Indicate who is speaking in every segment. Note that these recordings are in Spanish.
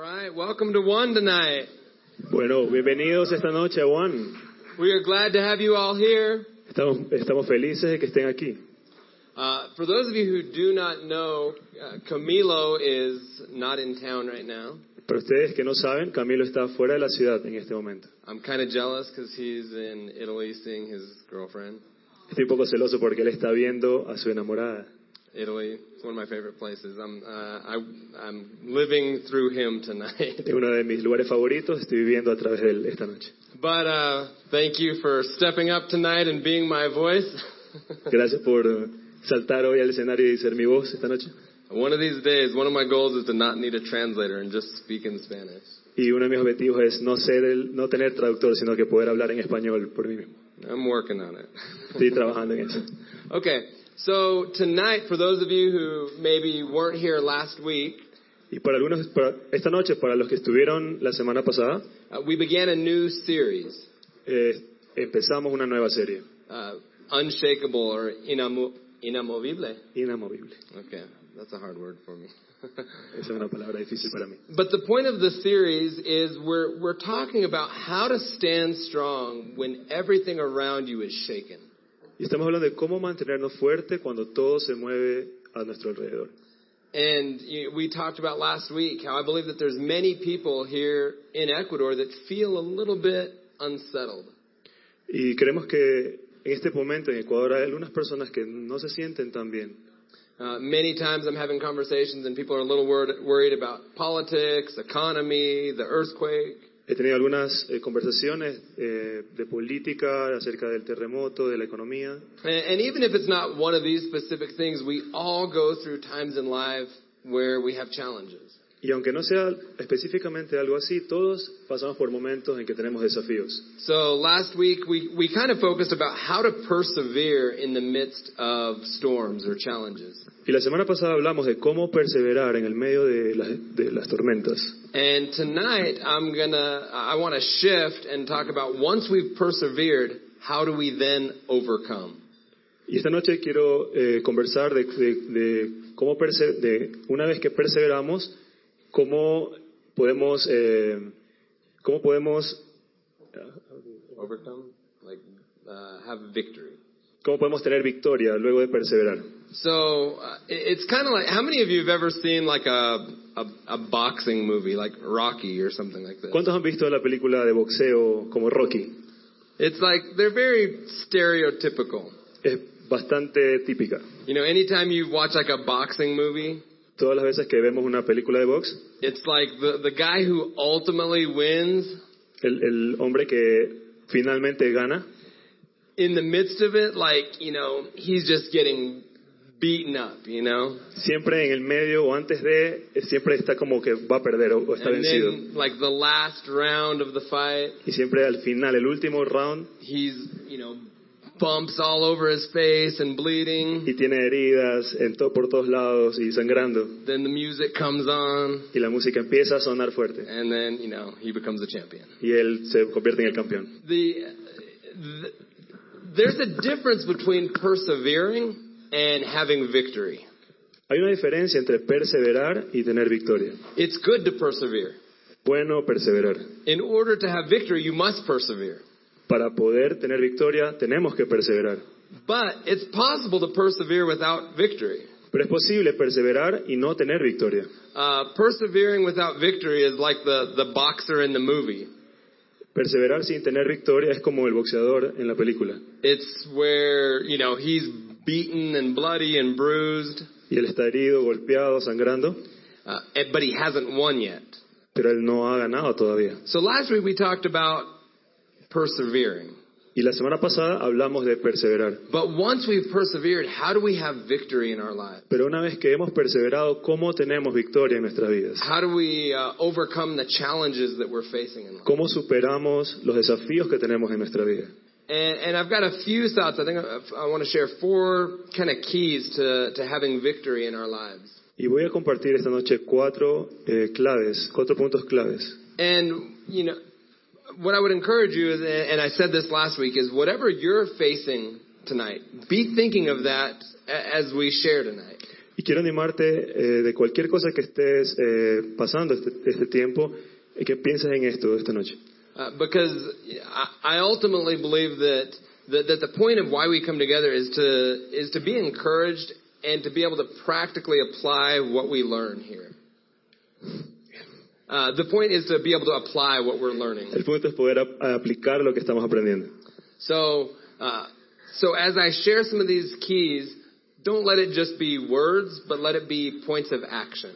Speaker 1: right, welcome to one tonight.
Speaker 2: Bueno, bienvenidos esta noche a One.
Speaker 1: We are glad to have you all here.
Speaker 2: Estamos, estamos felices de que estén aquí.
Speaker 1: Uh, for those of you who do not know, uh, Camilo is not in town right now.
Speaker 2: Para ustedes que no saben, Camilo está fuera de la ciudad en este momento.
Speaker 1: I'm kind of jealous because he's in Italy seeing his girlfriend.
Speaker 2: Estoy un poco celoso porque él está viendo a su enamorada.
Speaker 1: Italy, it's one of my favorite places. I'm, uh, I, I'm living through him tonight.
Speaker 2: Es uno de mis lugares favoritos, estoy viviendo a través de él esta noche.
Speaker 1: But uh, thank you for stepping up tonight and being my voice.
Speaker 2: Gracias por saltar hoy al escenario y ser mi voz esta noche.
Speaker 1: one of these days, one of my goals is to not need a translator and just speak in Spanish.
Speaker 2: Y uno de mis objetivos es no, ser el- no tener traductor, sino que poder hablar en español por mí mismo.
Speaker 1: I'm working on it.
Speaker 2: Estoy trabajando en eso.
Speaker 1: okay, so tonight, for those of you who maybe weren't here last week,
Speaker 2: Y para algunos, para- esta noche, para los que estuvieron la semana pasada,
Speaker 1: uh, we began a new series,
Speaker 2: eh, empezamos una nueva serie,
Speaker 1: uh, Unshakable or Inamo- Inamovible.
Speaker 2: Inamovible.
Speaker 1: Okay, that's a hard word for me.
Speaker 2: Esa es una palabra difícil para mí.
Speaker 1: but the point of the series is we're, we're talking about how to stand strong when everything around you is shaken.
Speaker 2: Y estamos hablando de cómo mantenernos fuerte cuando todo se mueve a nuestro alrededor.
Speaker 1: And you, we talked about last week how I believe that there's many people here in Ecuador that feel a little bit unsettled.
Speaker 2: Y creemos que en este momento en Ecuador hay algunas personas que no se sienten tan bien.
Speaker 1: Uh, many times I'm having conversations and people are a little wor- worried about politics, economy, the earthquake.
Speaker 2: He tenido algunas eh, conversaciones eh, de política acerca del terremoto, de la economía.
Speaker 1: And, and even if it's not one of these specific things, we all go through times in life where we have challenges.
Speaker 2: Y aunque no sea específicamente algo así, todos pasamos por momentos en que tenemos desafíos.
Speaker 1: So last week we, we kind of focused about how to persevere in the midst of storms or challenges.
Speaker 2: Y la semana pasada hablamos de cómo perseverar en el medio de las, de las tormentas.
Speaker 1: And tonight I'm gonna, I want to shift and talk about once we've persevered, how do we then overcome?
Speaker 2: Y esta noche quiero eh, conversar de, de- de cómo perse- de una vez que perseveramos, cómo podemos, eh, cómo podemos,
Speaker 1: Overcome? Like, uh, have victory.
Speaker 2: cómo podemos tener victoria luego de perseverar.
Speaker 1: So uh, it- it's kind of like, how many of you have ever seen like a, a, a boxing movie, like Rocky or something like this?
Speaker 2: ¿Cuántos han visto la película de boxeo como Rocky?
Speaker 1: It's like, they're very stereotypical.
Speaker 2: Es bastante típica.
Speaker 1: You know, anytime you watch like a boxing movie,
Speaker 2: Todas las veces que vemos una película de box,
Speaker 1: it's like the, the guy who ultimately wins,
Speaker 2: el, el hombre que finalmente gana,
Speaker 1: in the midst of it, like, you know, he's just getting beaten up, you know?
Speaker 2: siempre en el medio o antes de, eh, siempre está como que va a perder o, o está
Speaker 1: And
Speaker 2: vencido.
Speaker 1: then, like, the last round of the fight,
Speaker 2: Y siempre al final, el último round,
Speaker 1: he's, you know, bumps all over his face and bleeding.
Speaker 2: y tiene heridas en to- por todos lados y sangrando.
Speaker 1: Then the music comes on,
Speaker 2: Y la música empieza a sonar fuerte
Speaker 1: and then, you know, he becomes a champion.
Speaker 2: y él se convierte en el campeón.
Speaker 1: The, the there's a difference between persevering and having victory.
Speaker 2: Hay una diferencia entre perseverar y tener victoria.
Speaker 1: It's good to persevere.
Speaker 2: Bueno, perseverar.
Speaker 1: In order to have victory, you must persevere.
Speaker 2: Para poder tener victoria tenemos que perseverar.
Speaker 1: But it's possible to persevere without victory.
Speaker 2: Pero es posible perseverar y no tener victoria.
Speaker 1: Uh, persevering without victory is like the, the boxer in the movie.
Speaker 2: Perseverar sin tener victoria es como el boxeador en la película.
Speaker 1: It's where, you know, he's beaten and bloody and bruised,
Speaker 2: Y él está herido, golpeado, sangrando,
Speaker 1: uh, and- but he hasn't won yet.
Speaker 2: pero él no ha ganado todavía.
Speaker 1: So last week we talked about persevering.
Speaker 2: Y la semana pasada hablamos de perseverar.
Speaker 1: But once we've persevered, how do we have victory in our lives?
Speaker 2: Pero una vez que hemos perseverado, ¿cómo tenemos victoria en nuestras vidas?
Speaker 1: How do we uh, overcome the challenges that we're facing in life?
Speaker 2: ¿Cómo superamos los desafíos que tenemos en nuestra vida?
Speaker 1: And, and I've got a few thoughts. I think I, I want to share four kind of keys to, to having victory in our lives.
Speaker 2: Y voy a compartir esta noche cuatro eh, claves, cuatro puntos claves.
Speaker 1: And, you know, what I would encourage you is, and I said this last week, is whatever you're facing tonight, be thinking of that a- as we share tonight.
Speaker 2: Y quiero animarte eh, de cualquier cosa que estés eh, pasando este, este tiempo, eh, que pienses en esto esta noche.
Speaker 1: Uh, because I, I ultimately believe that, that, that the point of why we come together is to, is to be encouraged and to be able to practically apply what we learn here. Uh, the point is to be able to apply what we're learning.
Speaker 2: El punto es poder ap- aplicar lo que estamos aprendiendo.
Speaker 1: So, uh, so as I share some of these keys, don't let it just be words, but let it be points of action.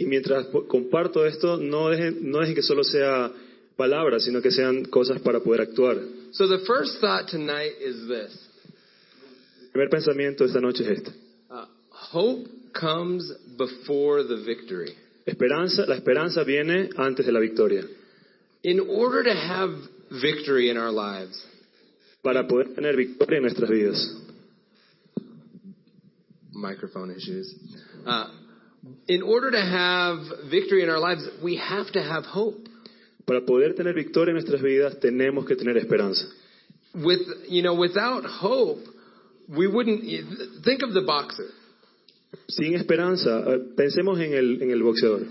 Speaker 2: Y mientras po- comparto esto, no dejen, no dejen que solo sea palabras, sino que sean cosas para poder actuar. El
Speaker 1: So the first thought tonight is this:
Speaker 2: primer pensamiento esta noche es este.
Speaker 1: uh, hope comes before the victory.
Speaker 2: Esperanza, la esperanza viene antes de la victoria.
Speaker 1: In order to have victory in our lives,
Speaker 2: Para poder tener victoria en nuestras vidas.
Speaker 1: microphone issues. Uh, in order to have victory in our lives, we have to have hope.
Speaker 2: Para poder tener victoria en nuestras vidas, tenemos que tener esperanza.
Speaker 1: With you know, without hope, we wouldn't. Think of the boxer.
Speaker 2: Sin esperanza, eh, pensemos en el, en el boxeador.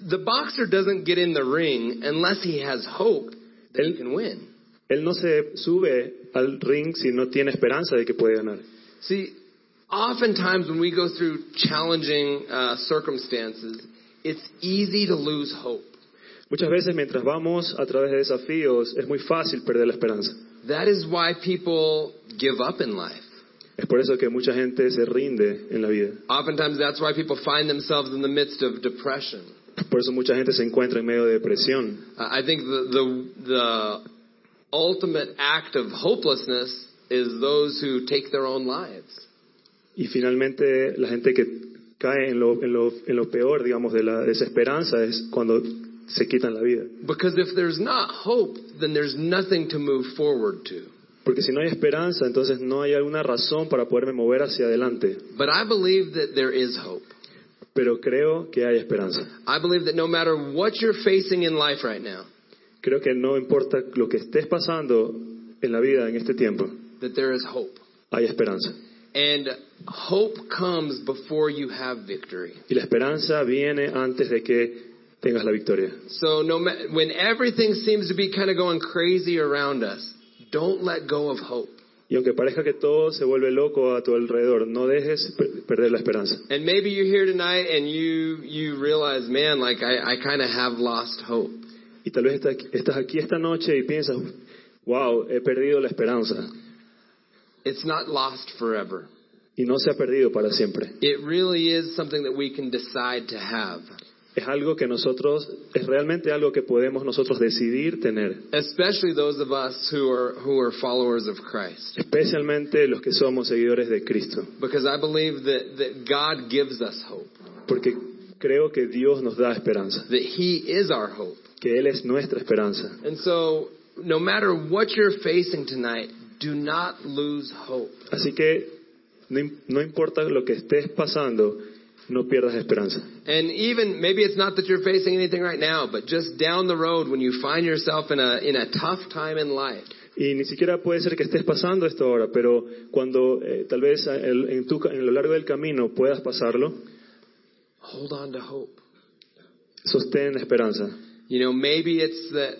Speaker 1: The boxer doesn't get in the ring unless he has hope that he
Speaker 2: El-
Speaker 1: can win.
Speaker 2: Él no se sube al ring si no tiene esperanza de que puede ganar.
Speaker 1: See, oftentimes when we go through challenging uh, circumstances, it's easy to lose hope.
Speaker 2: Muchas veces mientras vamos a través de desafíos es muy fácil perder la esperanza.
Speaker 1: That is why people give up in life.
Speaker 2: Es por eso que mucha gente se rinde en la vida.
Speaker 1: Oftentimes, that's why people find themselves in the midst of depression.
Speaker 2: Por eso mucha gente se encuentra en medio de depresión.
Speaker 1: Uh, I think the, the, the ultimate act of hopelessness is those who take their own lives.
Speaker 2: Y finalmente la gente que cae en lo, en lo, en lo peor, digamos, de la desesperanza es cuando se quitan la vida.
Speaker 1: Because if there's not hope, then there's nothing to move forward to.
Speaker 2: Porque si no hay esperanza, entonces no hay alguna razón para poderme mover hacia adelante.
Speaker 1: But I believe that there is hope.
Speaker 2: Pero creo que hay esperanza.
Speaker 1: I believe that no matter what you're facing in life right now,
Speaker 2: Creo que no importa lo que estés pasando en la vida en este tiempo,
Speaker 1: that there is hope.
Speaker 2: hay esperanza.
Speaker 1: And hope comes before you have victory.
Speaker 2: Y la esperanza viene antes de que tengas la victoria.
Speaker 1: So no ma- when everything seems to be kind of going crazy around us, don't let go of hope.
Speaker 2: Y aunque parezca que todo se vuelve loco a tu alrededor, no dejes per- perder la esperanza.
Speaker 1: And maybe you're here tonight and you you realize, man, like I, I kind of have lost hope.
Speaker 2: Y tal vez estás aquí- estás aquí esta noche y piensas, wow, he perdido la esperanza.
Speaker 1: It's not lost forever.
Speaker 2: Y no se ha perdido para siempre.
Speaker 1: It really is something that we can decide to have,
Speaker 2: Es algo que nosotros, es realmente algo que podemos nosotros decidir tener.
Speaker 1: especially those of us who are who are followers of Christ.
Speaker 2: Especialmente los que somos seguidores de Cristo.
Speaker 1: Because I believe that that God gives us hope,
Speaker 2: Porque creo que Dios nos da esperanza.
Speaker 1: that He is our hope.
Speaker 2: Que Él es nuestra esperanza.
Speaker 1: And so, no matter what you're facing tonight, do not lose hope.
Speaker 2: Así que no, im- no importa lo que estés pasando, no pierdas esperanza.
Speaker 1: And even maybe it's not that you're facing anything right now, but just down the road when you find yourself in a in a tough time in life,
Speaker 2: Y ni siquiera puede ser que estés pasando esto ahora, pero cuando eh, tal vez a- el- en, tu ca- en lo largo del camino puedas pasarlo,
Speaker 1: hold on to hope.
Speaker 2: sostén la esperanza.
Speaker 1: You know, maybe it's that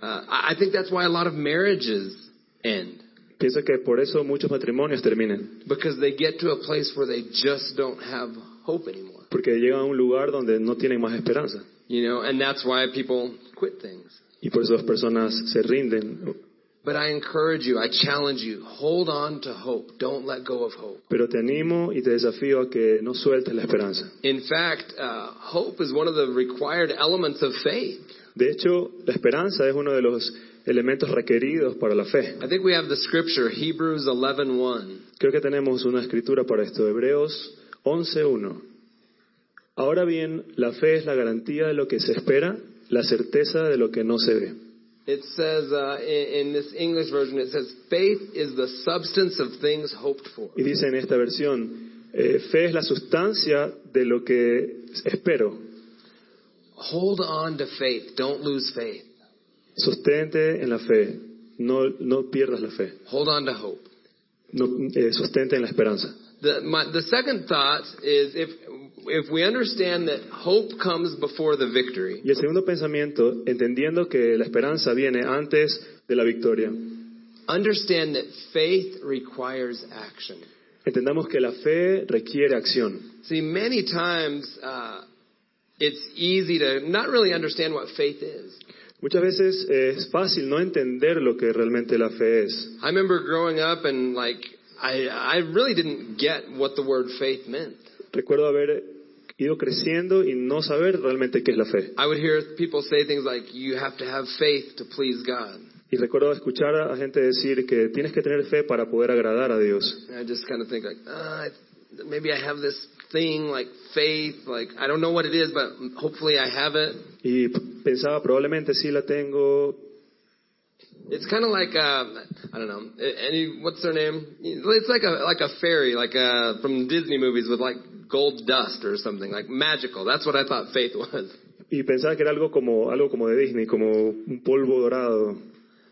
Speaker 1: uh, I I think that's why a lot of marriages end
Speaker 2: Pienso que por eso muchos matrimonios terminan,
Speaker 1: because they get to a place where they just don't have hope anymore.
Speaker 2: porque llegan a un lugar donde no tienen más esperanza.
Speaker 1: You know, and that's why people quit things.
Speaker 2: Y por eso las personas se rinden.
Speaker 1: But I encourage you, I challenge you, hold on to hope. Don't let go of hope.
Speaker 2: Pero te animo y te desafío a que no sueltes la esperanza.
Speaker 1: In fact, uh, hope is one of the required elements of faith.
Speaker 2: De hecho, la esperanza es uno de los elementos requeridos para la fe.
Speaker 1: I think we have the scripture Hebrews 11:1.
Speaker 2: Creo que tenemos una escritura para esto, Hebreos 11.1. Ahora bien, la fe es la garantía de lo que se espera, la certeza de lo que no se ve.
Speaker 1: It says uh, in, in this English version, it says, "Faith is the substance of things hoped for."
Speaker 2: Y dice en esta versión, eh, fe es la sustancia de lo que espero.
Speaker 1: Hold on to faith. Don't lose faith.
Speaker 2: Sostente en la fe, no, no pierdas la fe,
Speaker 1: Hold on to hope.
Speaker 2: no, eh, sostente en la esperanza.
Speaker 1: The- The, my, the second thought is if, if we understand that hope comes before the victory,
Speaker 2: Y el segundo pensamiento, entendiendo que la esperanza viene antes de la victoria.
Speaker 1: understand that faith requires action.
Speaker 2: Entendamos que la fe requiere acción.
Speaker 1: See, many times uh, it's easy to not really understand what faith is.
Speaker 2: Muchas veces eh, es fácil no entender lo que realmente la fe es.
Speaker 1: I remember growing up and like I, I really didn't get what the word faith meant.
Speaker 2: Recuerdo haber ido creciendo y no saber realmente qué es la fe.
Speaker 1: I would hear people say things like, "You have to have faith to please God,"
Speaker 2: Y recuerdo escuchar a a gente decir que tienes que tener fe para poder agradar a Dios.
Speaker 1: and I just kind of think like, uh, "Maybe I have this thing like faith, like I don't know what it is, but hopefully I have it."
Speaker 2: Y p- pensaba, probablemente sí la tengo.
Speaker 1: It's kind of like uh, I don't know any what's their name? It's like a like a fairy, like uh, from Disney movies with like gold dust or something, like magical. That's what I thought faith was.
Speaker 2: Y pensaba que era algo como, algo como de Disney, como un polvo dorado,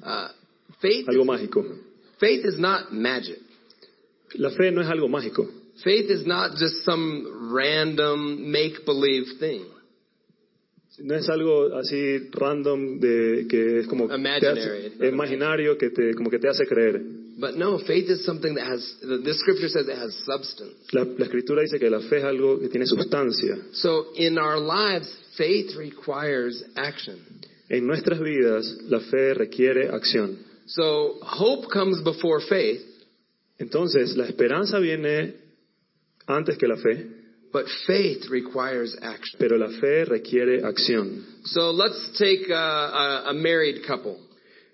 Speaker 1: Uh, faith
Speaker 2: algo mágico.
Speaker 1: faith is not magic.
Speaker 2: La fe no es algo mágico.
Speaker 1: Faith is not just some random make believe thing.
Speaker 2: No es algo así random de que es como te
Speaker 1: Imaginary.
Speaker 2: hace- es imaginario que te como que te hace creer.
Speaker 1: But no, faith is something that has. The, the scripture says it has substance.
Speaker 2: La, la escritura dice que la fe es algo que tiene sustancia.
Speaker 1: So in our lives, faith requires action.
Speaker 2: En nuestras vidas la fe requiere acción.
Speaker 1: So hope comes before faith,
Speaker 2: Entonces la esperanza viene antes que la fe,
Speaker 1: but faith requires action.
Speaker 2: pero la fe requiere acción.
Speaker 1: So let's take a, a, a married couple.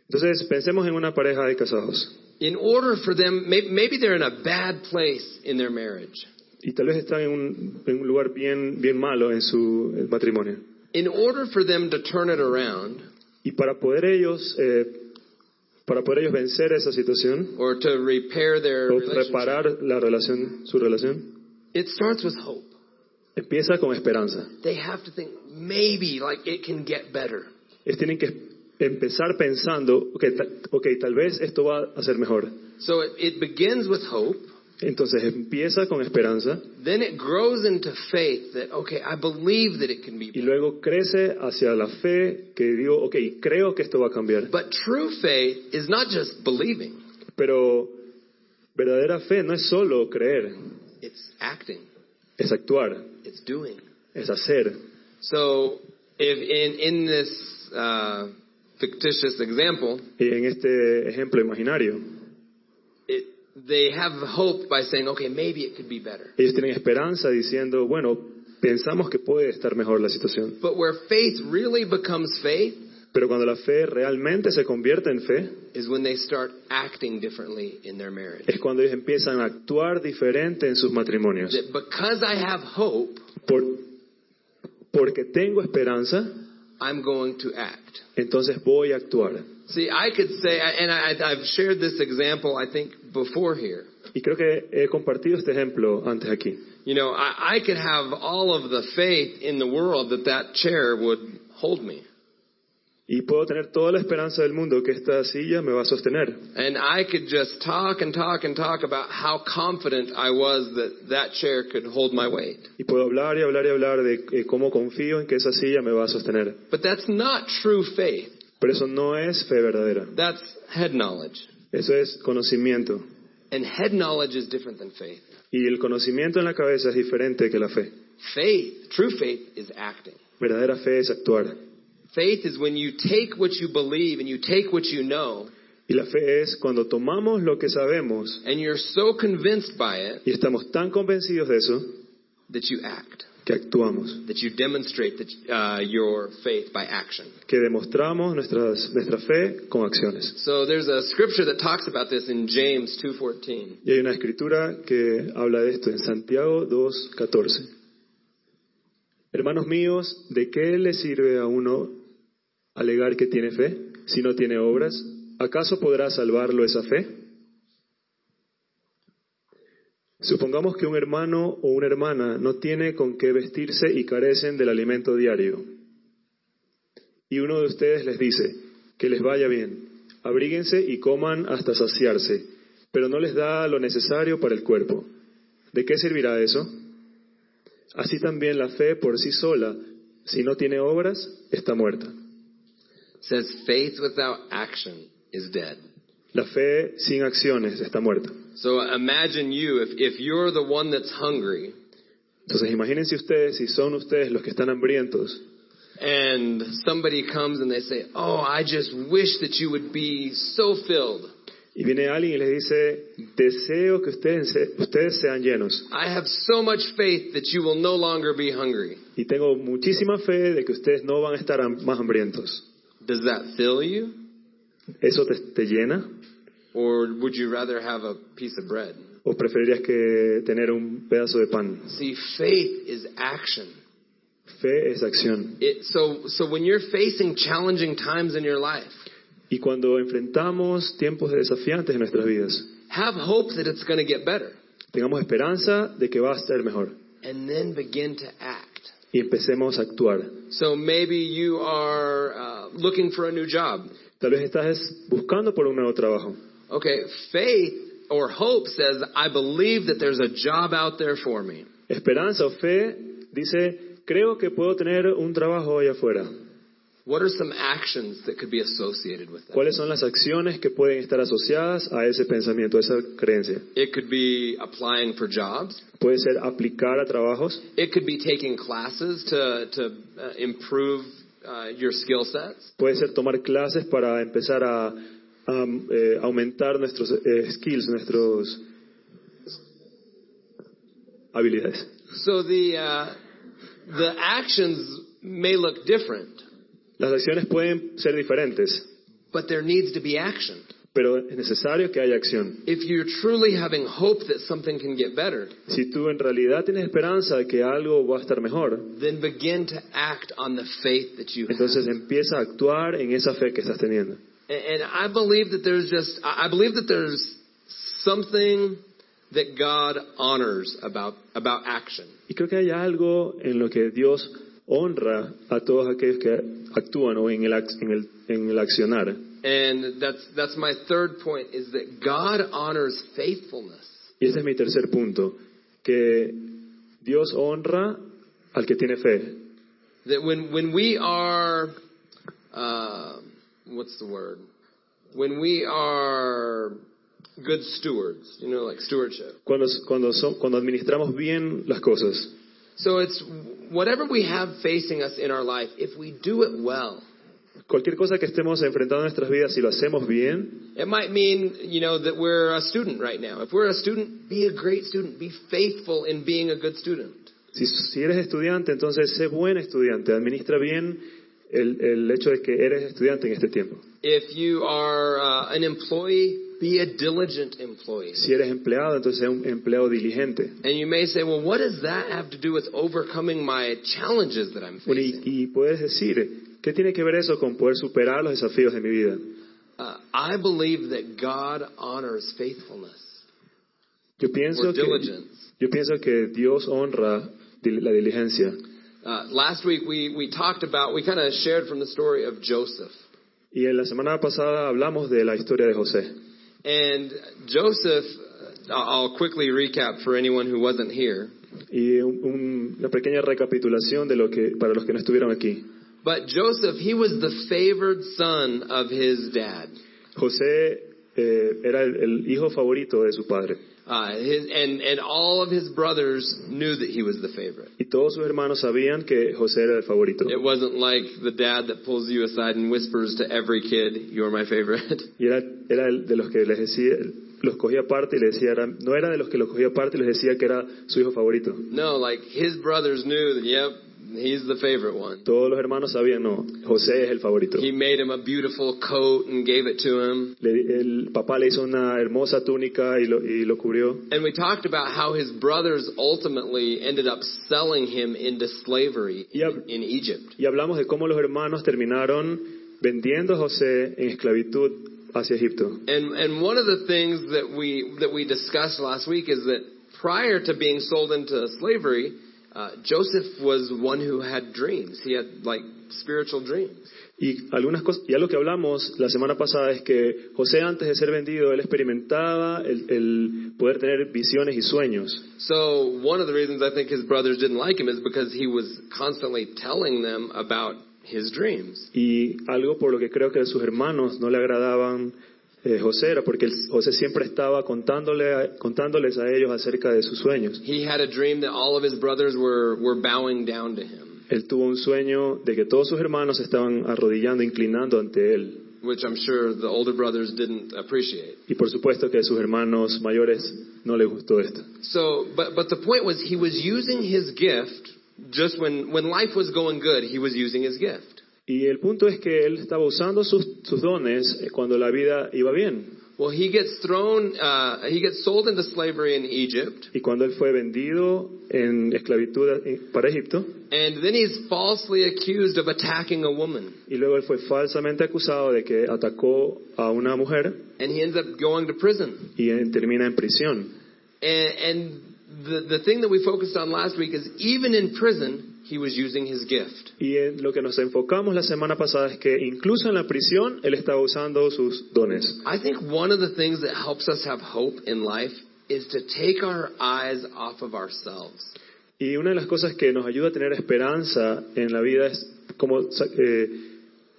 Speaker 2: Entonces pensemos en una pareja de casados
Speaker 1: In order for them, maybe, maybe they're in a bad place in their marriage.
Speaker 2: y tal vez están en un, en un lugar bien bien malo en su eh, matrimonio.
Speaker 1: In order for them to turn it around
Speaker 2: Y para poder ellos eh, para poder ellos vencer esa situación
Speaker 1: or to repair their
Speaker 2: o
Speaker 1: relationship,
Speaker 2: reparar la relación, su relación,
Speaker 1: it starts with hope.
Speaker 2: empieza con esperanza.
Speaker 1: They have to think maybe like it can get better.
Speaker 2: Es, tienen que empezar pensando, okay, ta- ok, tal vez esto va a ser mejor.
Speaker 1: So it, it begins with hope.
Speaker 2: Entonces empieza con esperanza
Speaker 1: Then it grows into faith that, okay, I believe that it can be
Speaker 2: y
Speaker 1: better.
Speaker 2: luego crece hacia la fe que digo, ok, creo que esto va a cambiar.
Speaker 1: But true faith is not just believing,
Speaker 2: Pero verdadera fe no es solo creer,
Speaker 1: it's acting,
Speaker 2: es actuar,
Speaker 1: it's doing.
Speaker 2: es hacer.
Speaker 1: So if in, in this uh, fictitious example,
Speaker 2: Y en este ejemplo imaginario,
Speaker 1: it, they have hope by saying, okay, maybe it could be better.
Speaker 2: ellos tienen esperanza diciendo, bueno, pensamos que puede estar mejor la situación.
Speaker 1: But where faith really becomes faith
Speaker 2: Pero cuando la fe realmente se convierte en fe,
Speaker 1: is when they start acting differently in their marriage.
Speaker 2: es cuando ellos empiezan a actuar diferente en sus matrimonios.
Speaker 1: That because I have hope,
Speaker 2: Por- porque tengo esperanza,
Speaker 1: I'm going to act.
Speaker 2: entonces voy a actuar.
Speaker 1: See, I could say, and I, I've shared this example, I think, before here.
Speaker 2: Y creo que he compartido este ejemplo antes aquí.
Speaker 1: You know, I, I could have all of the faith in the world that that chair would hold me.
Speaker 2: Y puedo tener toda la esperanza del mundo que esta silla me va a sostener.
Speaker 1: And I could just talk and talk and talk about how confident I was that that chair could hold my weight.
Speaker 2: Y puedo hablar y hablar y hablar de eh, cómo confío en que esa silla me va a sostener.
Speaker 1: But that's not true faith.
Speaker 2: Pero eso no es fe verdadera.
Speaker 1: That's head knowledge.
Speaker 2: Eso es conocimiento.
Speaker 1: And head knowledge is different than faith.
Speaker 2: Y el conocimiento en la cabeza es diferente que la fe.
Speaker 1: Faith, true faith, is acting.
Speaker 2: Verdadera fe es actuar.
Speaker 1: Faith is when you take what you believe and you take what you know
Speaker 2: Y la fe es cuando tomamos lo que sabemos
Speaker 1: and you're so convinced by it
Speaker 2: y estamos tan convencidos de eso
Speaker 1: that you act,
Speaker 2: que actuamos,
Speaker 1: that you demonstrate that, uh, your faith by action.
Speaker 2: que demostramos nuestras- nuestra fe con acciones.
Speaker 1: So there's a scripture that talks about this in James 2:14.
Speaker 2: Y hay una escritura que habla de esto en Santiago 2.14. Hermanos míos, ¿de qué le sirve a uno alegar que tiene fe si no tiene obras? ¿Acaso podrá salvarlo esa fe? Supongamos que un hermano o una hermana no tiene con qué vestirse y carecen del alimento diario. Y uno de ustedes les dice, que les vaya bien, abríguense y coman hasta saciarse, pero no les da lo necesario para el cuerpo. ¿De qué servirá eso? Así también la fe por sí sola, si no tiene obras, está muerta.
Speaker 1: says faith without action is dead.
Speaker 2: La fe sin acciones está muerta.
Speaker 1: So imagine you, if, if you're the one that's hungry
Speaker 2: Entonces imagínense ustedes si son ustedes los que están hambrientos
Speaker 1: and somebody comes and they say, Oh, I just wish that you would be so filled.
Speaker 2: y viene alguien y les dice, deseo que ustedes, se- ustedes sean llenos
Speaker 1: I have so much faith that you will no longer be hungry.
Speaker 2: y tengo muchísima fe de que ustedes no van a estar ham- más hambrientos.
Speaker 1: Does that fill you?
Speaker 2: ¿Eso te, te llena?
Speaker 1: Or would you rather have a piece of bread?
Speaker 2: ¿O preferirías que tener un pedazo de pan?
Speaker 1: See, faith is action.
Speaker 2: Fe es acción.
Speaker 1: It, so, so when you're facing challenging times in your life,
Speaker 2: Y cuando enfrentamos tiempos desafiantes en nuestras vidas,
Speaker 1: have hope that it's going to get better
Speaker 2: tengamos esperanza de que va a ser mejor
Speaker 1: and then begin to act.
Speaker 2: y empecemos a actuar.
Speaker 1: So maybe you are uh, looking for a new job.
Speaker 2: Tal vez estás buscando por un nuevo trabajo.
Speaker 1: Okay, faith or hope says, I believe that there's a job out there for me.
Speaker 2: Esperanza o fe dice, creo que puedo tener un trabajo allá afuera.
Speaker 1: What are some actions that could be associated with that?
Speaker 2: ¿Cuáles son las acciones que pueden estar asociadas a ese pensamiento, a esa creencia?
Speaker 1: It could be applying for jobs.
Speaker 2: Puede ser aplicar a trabajos,
Speaker 1: It could be taking classes to, to uh, improve uh, your skill sets.
Speaker 2: puede ser tomar clases para empezar a, a, eh, aumentar nuestros eh, skills, nuestras habilidades.
Speaker 1: So the, uh, the actions may look different,
Speaker 2: Las acciones pueden ser diferentes,
Speaker 1: but there needs to be action.
Speaker 2: pero es necesario que haya acción.
Speaker 1: If you're truly having hope that something can get better,
Speaker 2: Si tú en realidad tienes esperanza de que algo va a estar mejor,
Speaker 1: then begin to act on the faith that you have.
Speaker 2: entonces empieza a actuar en esa fe que estás teniendo.
Speaker 1: And and I believe that there's just, I I believe that there's something that God honors about, about action.
Speaker 2: Y creo que hay algo en lo que Dios honra a todos aquellos que actúan o en el, ac- en el, en el accionar.
Speaker 1: And that's, that's my third point is that God honors faithfulness.
Speaker 2: Y este es mi tercer punto, que Dios honra al que tiene fe.
Speaker 1: That when, when we are, uh, what's the word? When we are good stewards, you know, like stewardship.
Speaker 2: Cuando, cuando, so- cuando administramos bien las cosas,
Speaker 1: So it's whatever we have facing us in our life, if we do it well,
Speaker 2: cualquier cosa que estemos enfrentando en nuestras vidas, si lo hacemos bien,
Speaker 1: It might mean, you know, that we're a student right now. If we're a student, be a great student. Be faithful in being a good student.
Speaker 2: si, si eres estudiante, entonces sé buen estudiante, administra bien el, el hecho de que eres estudiante en este tiempo.
Speaker 1: If you are uh, an employee, be a diligent employee.
Speaker 2: Si eres empleado, entonces sé un empleado diligente.
Speaker 1: And you may say, well, what does that have to do with overcoming my challenges that I'm
Speaker 2: Bueno, y,
Speaker 1: facing?
Speaker 2: y puedes decir, ¿qué tiene que ver eso con poder superar los desafíos de mi vida?
Speaker 1: Uh, I believe that God honors faithfulness
Speaker 2: Yo pienso,
Speaker 1: or
Speaker 2: que,
Speaker 1: diligence.
Speaker 2: yo pienso que Dios honra dil- la diligencia.
Speaker 1: Uh, last week we, we talked about, we kind of shared from the story of Joseph.
Speaker 2: Y en la semana pasada hablamos de la historia de José.
Speaker 1: And Joseph, uh, I'll quickly recap for anyone who wasn't here.
Speaker 2: Y un- un- una pequeña recapitulación de lo que, para los que no estuvieron aquí.
Speaker 1: But Joseph, he was the favored son of his dad.
Speaker 2: José eh, era el, el hijo favorito de su padre.
Speaker 1: Uh, his, and, and all of his brothers knew that he was the favorite.
Speaker 2: Y todos sus hermanos sabían que José era el favorito.
Speaker 1: It wasn't like the dad that pulls you aside and whispers to every kid, You're my favorite.
Speaker 2: Y era, era el de los que les decía, los cogía aparte y les decía, era- no era de los que los cogía aparte y les decía que era su hijo favorito.
Speaker 1: no, like his brothers knew that, yep, he's the favorite one.
Speaker 2: Todos los hermanos sabían, no, José es el favorito.
Speaker 1: He made him a beautiful coat and gave it to him.
Speaker 2: Le- el papá le hizo una hermosa túnica y lo, y lo cubrió.
Speaker 1: And we talked about how his brothers ultimately ended up selling him into slavery in-
Speaker 2: Yep.
Speaker 1: in Egypt.
Speaker 2: Y hablamos de cómo los hermanos terminaron vendiendo a José en esclavitud hacia Egipto.
Speaker 1: And and one of the things that we that we discussed last week is that prior to being sold into slavery, Uh, Joseph was one who had dreams. He had like spiritual dreams.
Speaker 2: Y algunas cosas, ya lo que hablamos la semana pasada es que José antes de ser vendido, él experimentaba el, el poder tener visiones y sueños.
Speaker 1: So one of the reasons I think his brothers didn't like him is because he was constantly telling them about his dreams.
Speaker 2: Y algo por lo que creo que sus hermanos no le agradaban eh, José era porque el- José siempre estaba contándole a- contándoles a ellos acerca de sus sueños.
Speaker 1: He had a dream that all of his brothers were were bowing down to him,
Speaker 2: Él tuvo un sueño de que todos sus hermanos se estaban arrodillando, inclinando ante él.
Speaker 1: which I'm sure the older brothers didn't appreciate.
Speaker 2: Y por supuesto que a sus hermanos mayores no les gustó esto.
Speaker 1: So, but but the point was he was using his gift just when when life was going good, he was using his gift.
Speaker 2: Y el punto es que él estaba usando sus, sus dones eh, cuando la vida iba bien.
Speaker 1: Well, he gets thrown, uh, he gets sold into slavery in Egypt,
Speaker 2: Y cuando él fue vendido en esclavitud eh, para Egipto,
Speaker 1: and then he's falsely accused of attacking a woman,
Speaker 2: y luego él fue falsamente acusado de que atacó a una mujer
Speaker 1: and he ends up going to prison.
Speaker 2: y eh, termina en prisión.
Speaker 1: And, and the the thing that we focused on last week is even in prison, he was using his gift.
Speaker 2: Y en lo que nos enfocamos la semana pasada es que incluso en la prisión él estaba usando sus dones.
Speaker 1: I think one of the things that helps us have hope in life is to take our eyes off of ourselves.
Speaker 2: Y una de las cosas que nos ayuda a tener esperanza en la vida es como, sa- eh,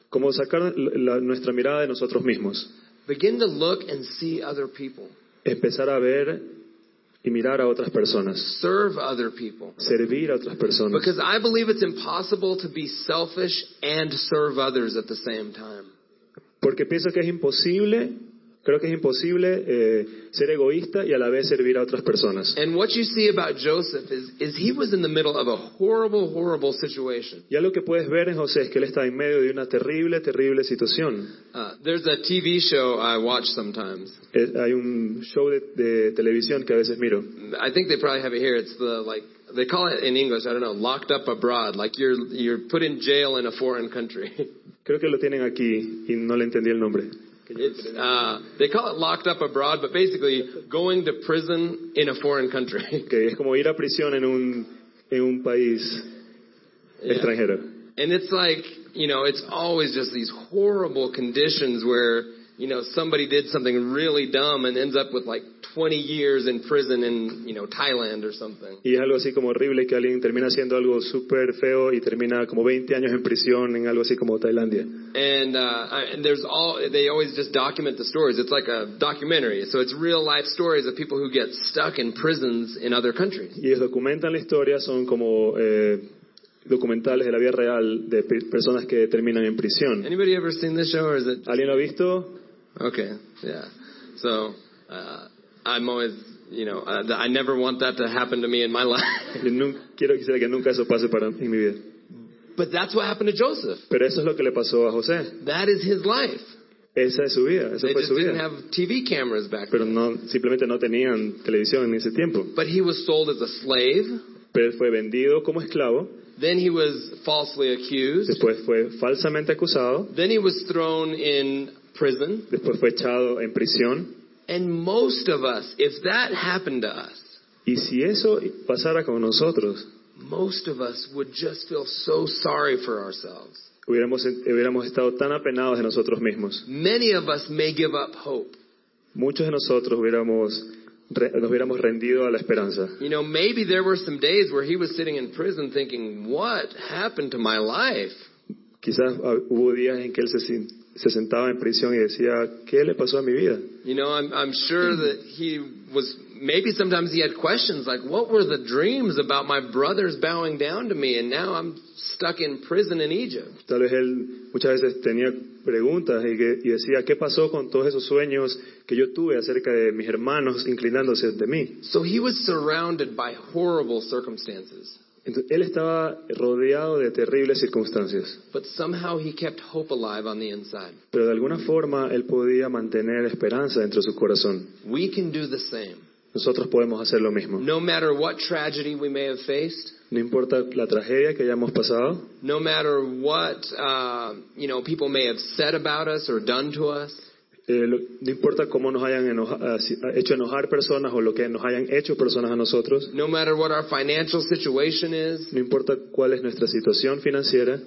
Speaker 2: como sacar la- nuestra mirada de nosotros mismos.
Speaker 1: Begin to look and see other people,
Speaker 2: Empezar a ver y mirar a otras personas.
Speaker 1: serve other people.
Speaker 2: Servir a otras personas.
Speaker 1: Because I believe it's impossible to be selfish and serve others at the same time.
Speaker 2: Porque pienso que es imposible, creo que es imposible eh, ser egoísta y a la vez servir a otras personas.
Speaker 1: And what you see about Joseph is, is he was in the middle of a horrible, horrible situation.
Speaker 2: Ya lo que puedes ver en José es que él está en medio de una terrible, terrible situación.
Speaker 1: Uh, there's a TV show I watch sometimes.
Speaker 2: Eh, hay un show de, de televisión que a veces miro.
Speaker 1: I think they probably have it here. It's the like they call it in English. I don't know. Locked up abroad, like you're you're put in jail in a foreign country.
Speaker 2: Creo que lo tienen aquí y no le entendí el nombre.
Speaker 1: It's, uh, they call it locked up abroad, but basically going to prison in a foreign country.
Speaker 2: Que es como ir a prisión en un, en un país extranjero.
Speaker 1: And it's like, you know, it's always just these horrible conditions where, you know, somebody did something really dumb and ends up with like 20 years in prison in, you know, Thailand or something.
Speaker 2: Y es algo así como horrible que alguien termina haciendo algo súper feo y termina como 20 años en prisión en algo así como Tailandia.
Speaker 1: And, uh, I- and there's all, they always just document the stories. It's like a documentary. So it's real life stories of people who get stuck in prisons in other countries.
Speaker 2: Y ellos documentan la historia, son como eh, documentales de la vida real de pe- personas que terminan en prisión.
Speaker 1: Anybody ever seen this show or is it
Speaker 2: ¿Alguien lo ha visto?
Speaker 1: Okay, yeah. So uh, I'm always, you know, uh, I never want that to happen to me in my life.
Speaker 2: Yo nu- quiero quisiera que nunca eso pase para en mi vida.
Speaker 1: but that's what happened to Joseph.
Speaker 2: Pero eso es lo que le pasó a José.
Speaker 1: That is his life.
Speaker 2: Esa es su vida, esa
Speaker 1: They
Speaker 2: fue
Speaker 1: just
Speaker 2: su
Speaker 1: didn't
Speaker 2: vida.
Speaker 1: have TV cameras back
Speaker 2: Pero
Speaker 1: then.
Speaker 2: no, simplemente no tenían televisión en ese tiempo.
Speaker 1: But he was sold as a slave.
Speaker 2: Pero él fue vendido como esclavo,
Speaker 1: Then he was falsely accused.
Speaker 2: después fue falsamente acusado,
Speaker 1: Then he was thrown in prison.
Speaker 2: después fue echado en prisión.
Speaker 1: And most of us, if that happened to us,
Speaker 2: Y si eso pasara con nosotros,
Speaker 1: most of us would just feel so sorry for ourselves.
Speaker 2: hubiéramos, hubiéramos estado tan apenados de nosotros mismos.
Speaker 1: Many of us may give up hope.
Speaker 2: Muchos de nosotros hubiéramos, re- nos hubiéramos rendido a la esperanza.
Speaker 1: You know, maybe there were some days where he was sitting in prison thinking, what happened to my life?
Speaker 2: Quizás ah, hubo días en que él se, sin- se sentaba en prisión y decía, ¿qué le pasó a mi vida?
Speaker 1: You know, I'm, I'm sure that he was, maybe sometimes he had questions like, what were the dreams about my brothers bowing down to me? And now I'm stuck in prison in Egypt.
Speaker 2: Tal vez él muchas veces tenía preguntas y, que- y decía, ¿qué pasó con todos esos sueños que yo tuve acerca de mis hermanos inclinándose ante mí?
Speaker 1: So he was surrounded by horrible circumstances,
Speaker 2: Entonces, él estaba rodeado de terribles circunstancias,
Speaker 1: but somehow he kept hope alive on the inside.
Speaker 2: pero de alguna forma él podía mantener esperanza dentro de su corazón.
Speaker 1: We can do the same.
Speaker 2: Nosotros podemos hacer lo mismo.
Speaker 1: No matter what tragedy we may have faced,
Speaker 2: No importa la tragedia que hayamos pasado,
Speaker 1: no um, matter what uh, you know people may have said about us or done to us,
Speaker 2: eh, eh, lo- no importa cómo nos hayan enoja- así- hecho enojar personas o lo que nos hayan hecho personas a nosotros,
Speaker 1: No matter what our financial situation is,
Speaker 2: no importa cuál es nuestra situación financiera,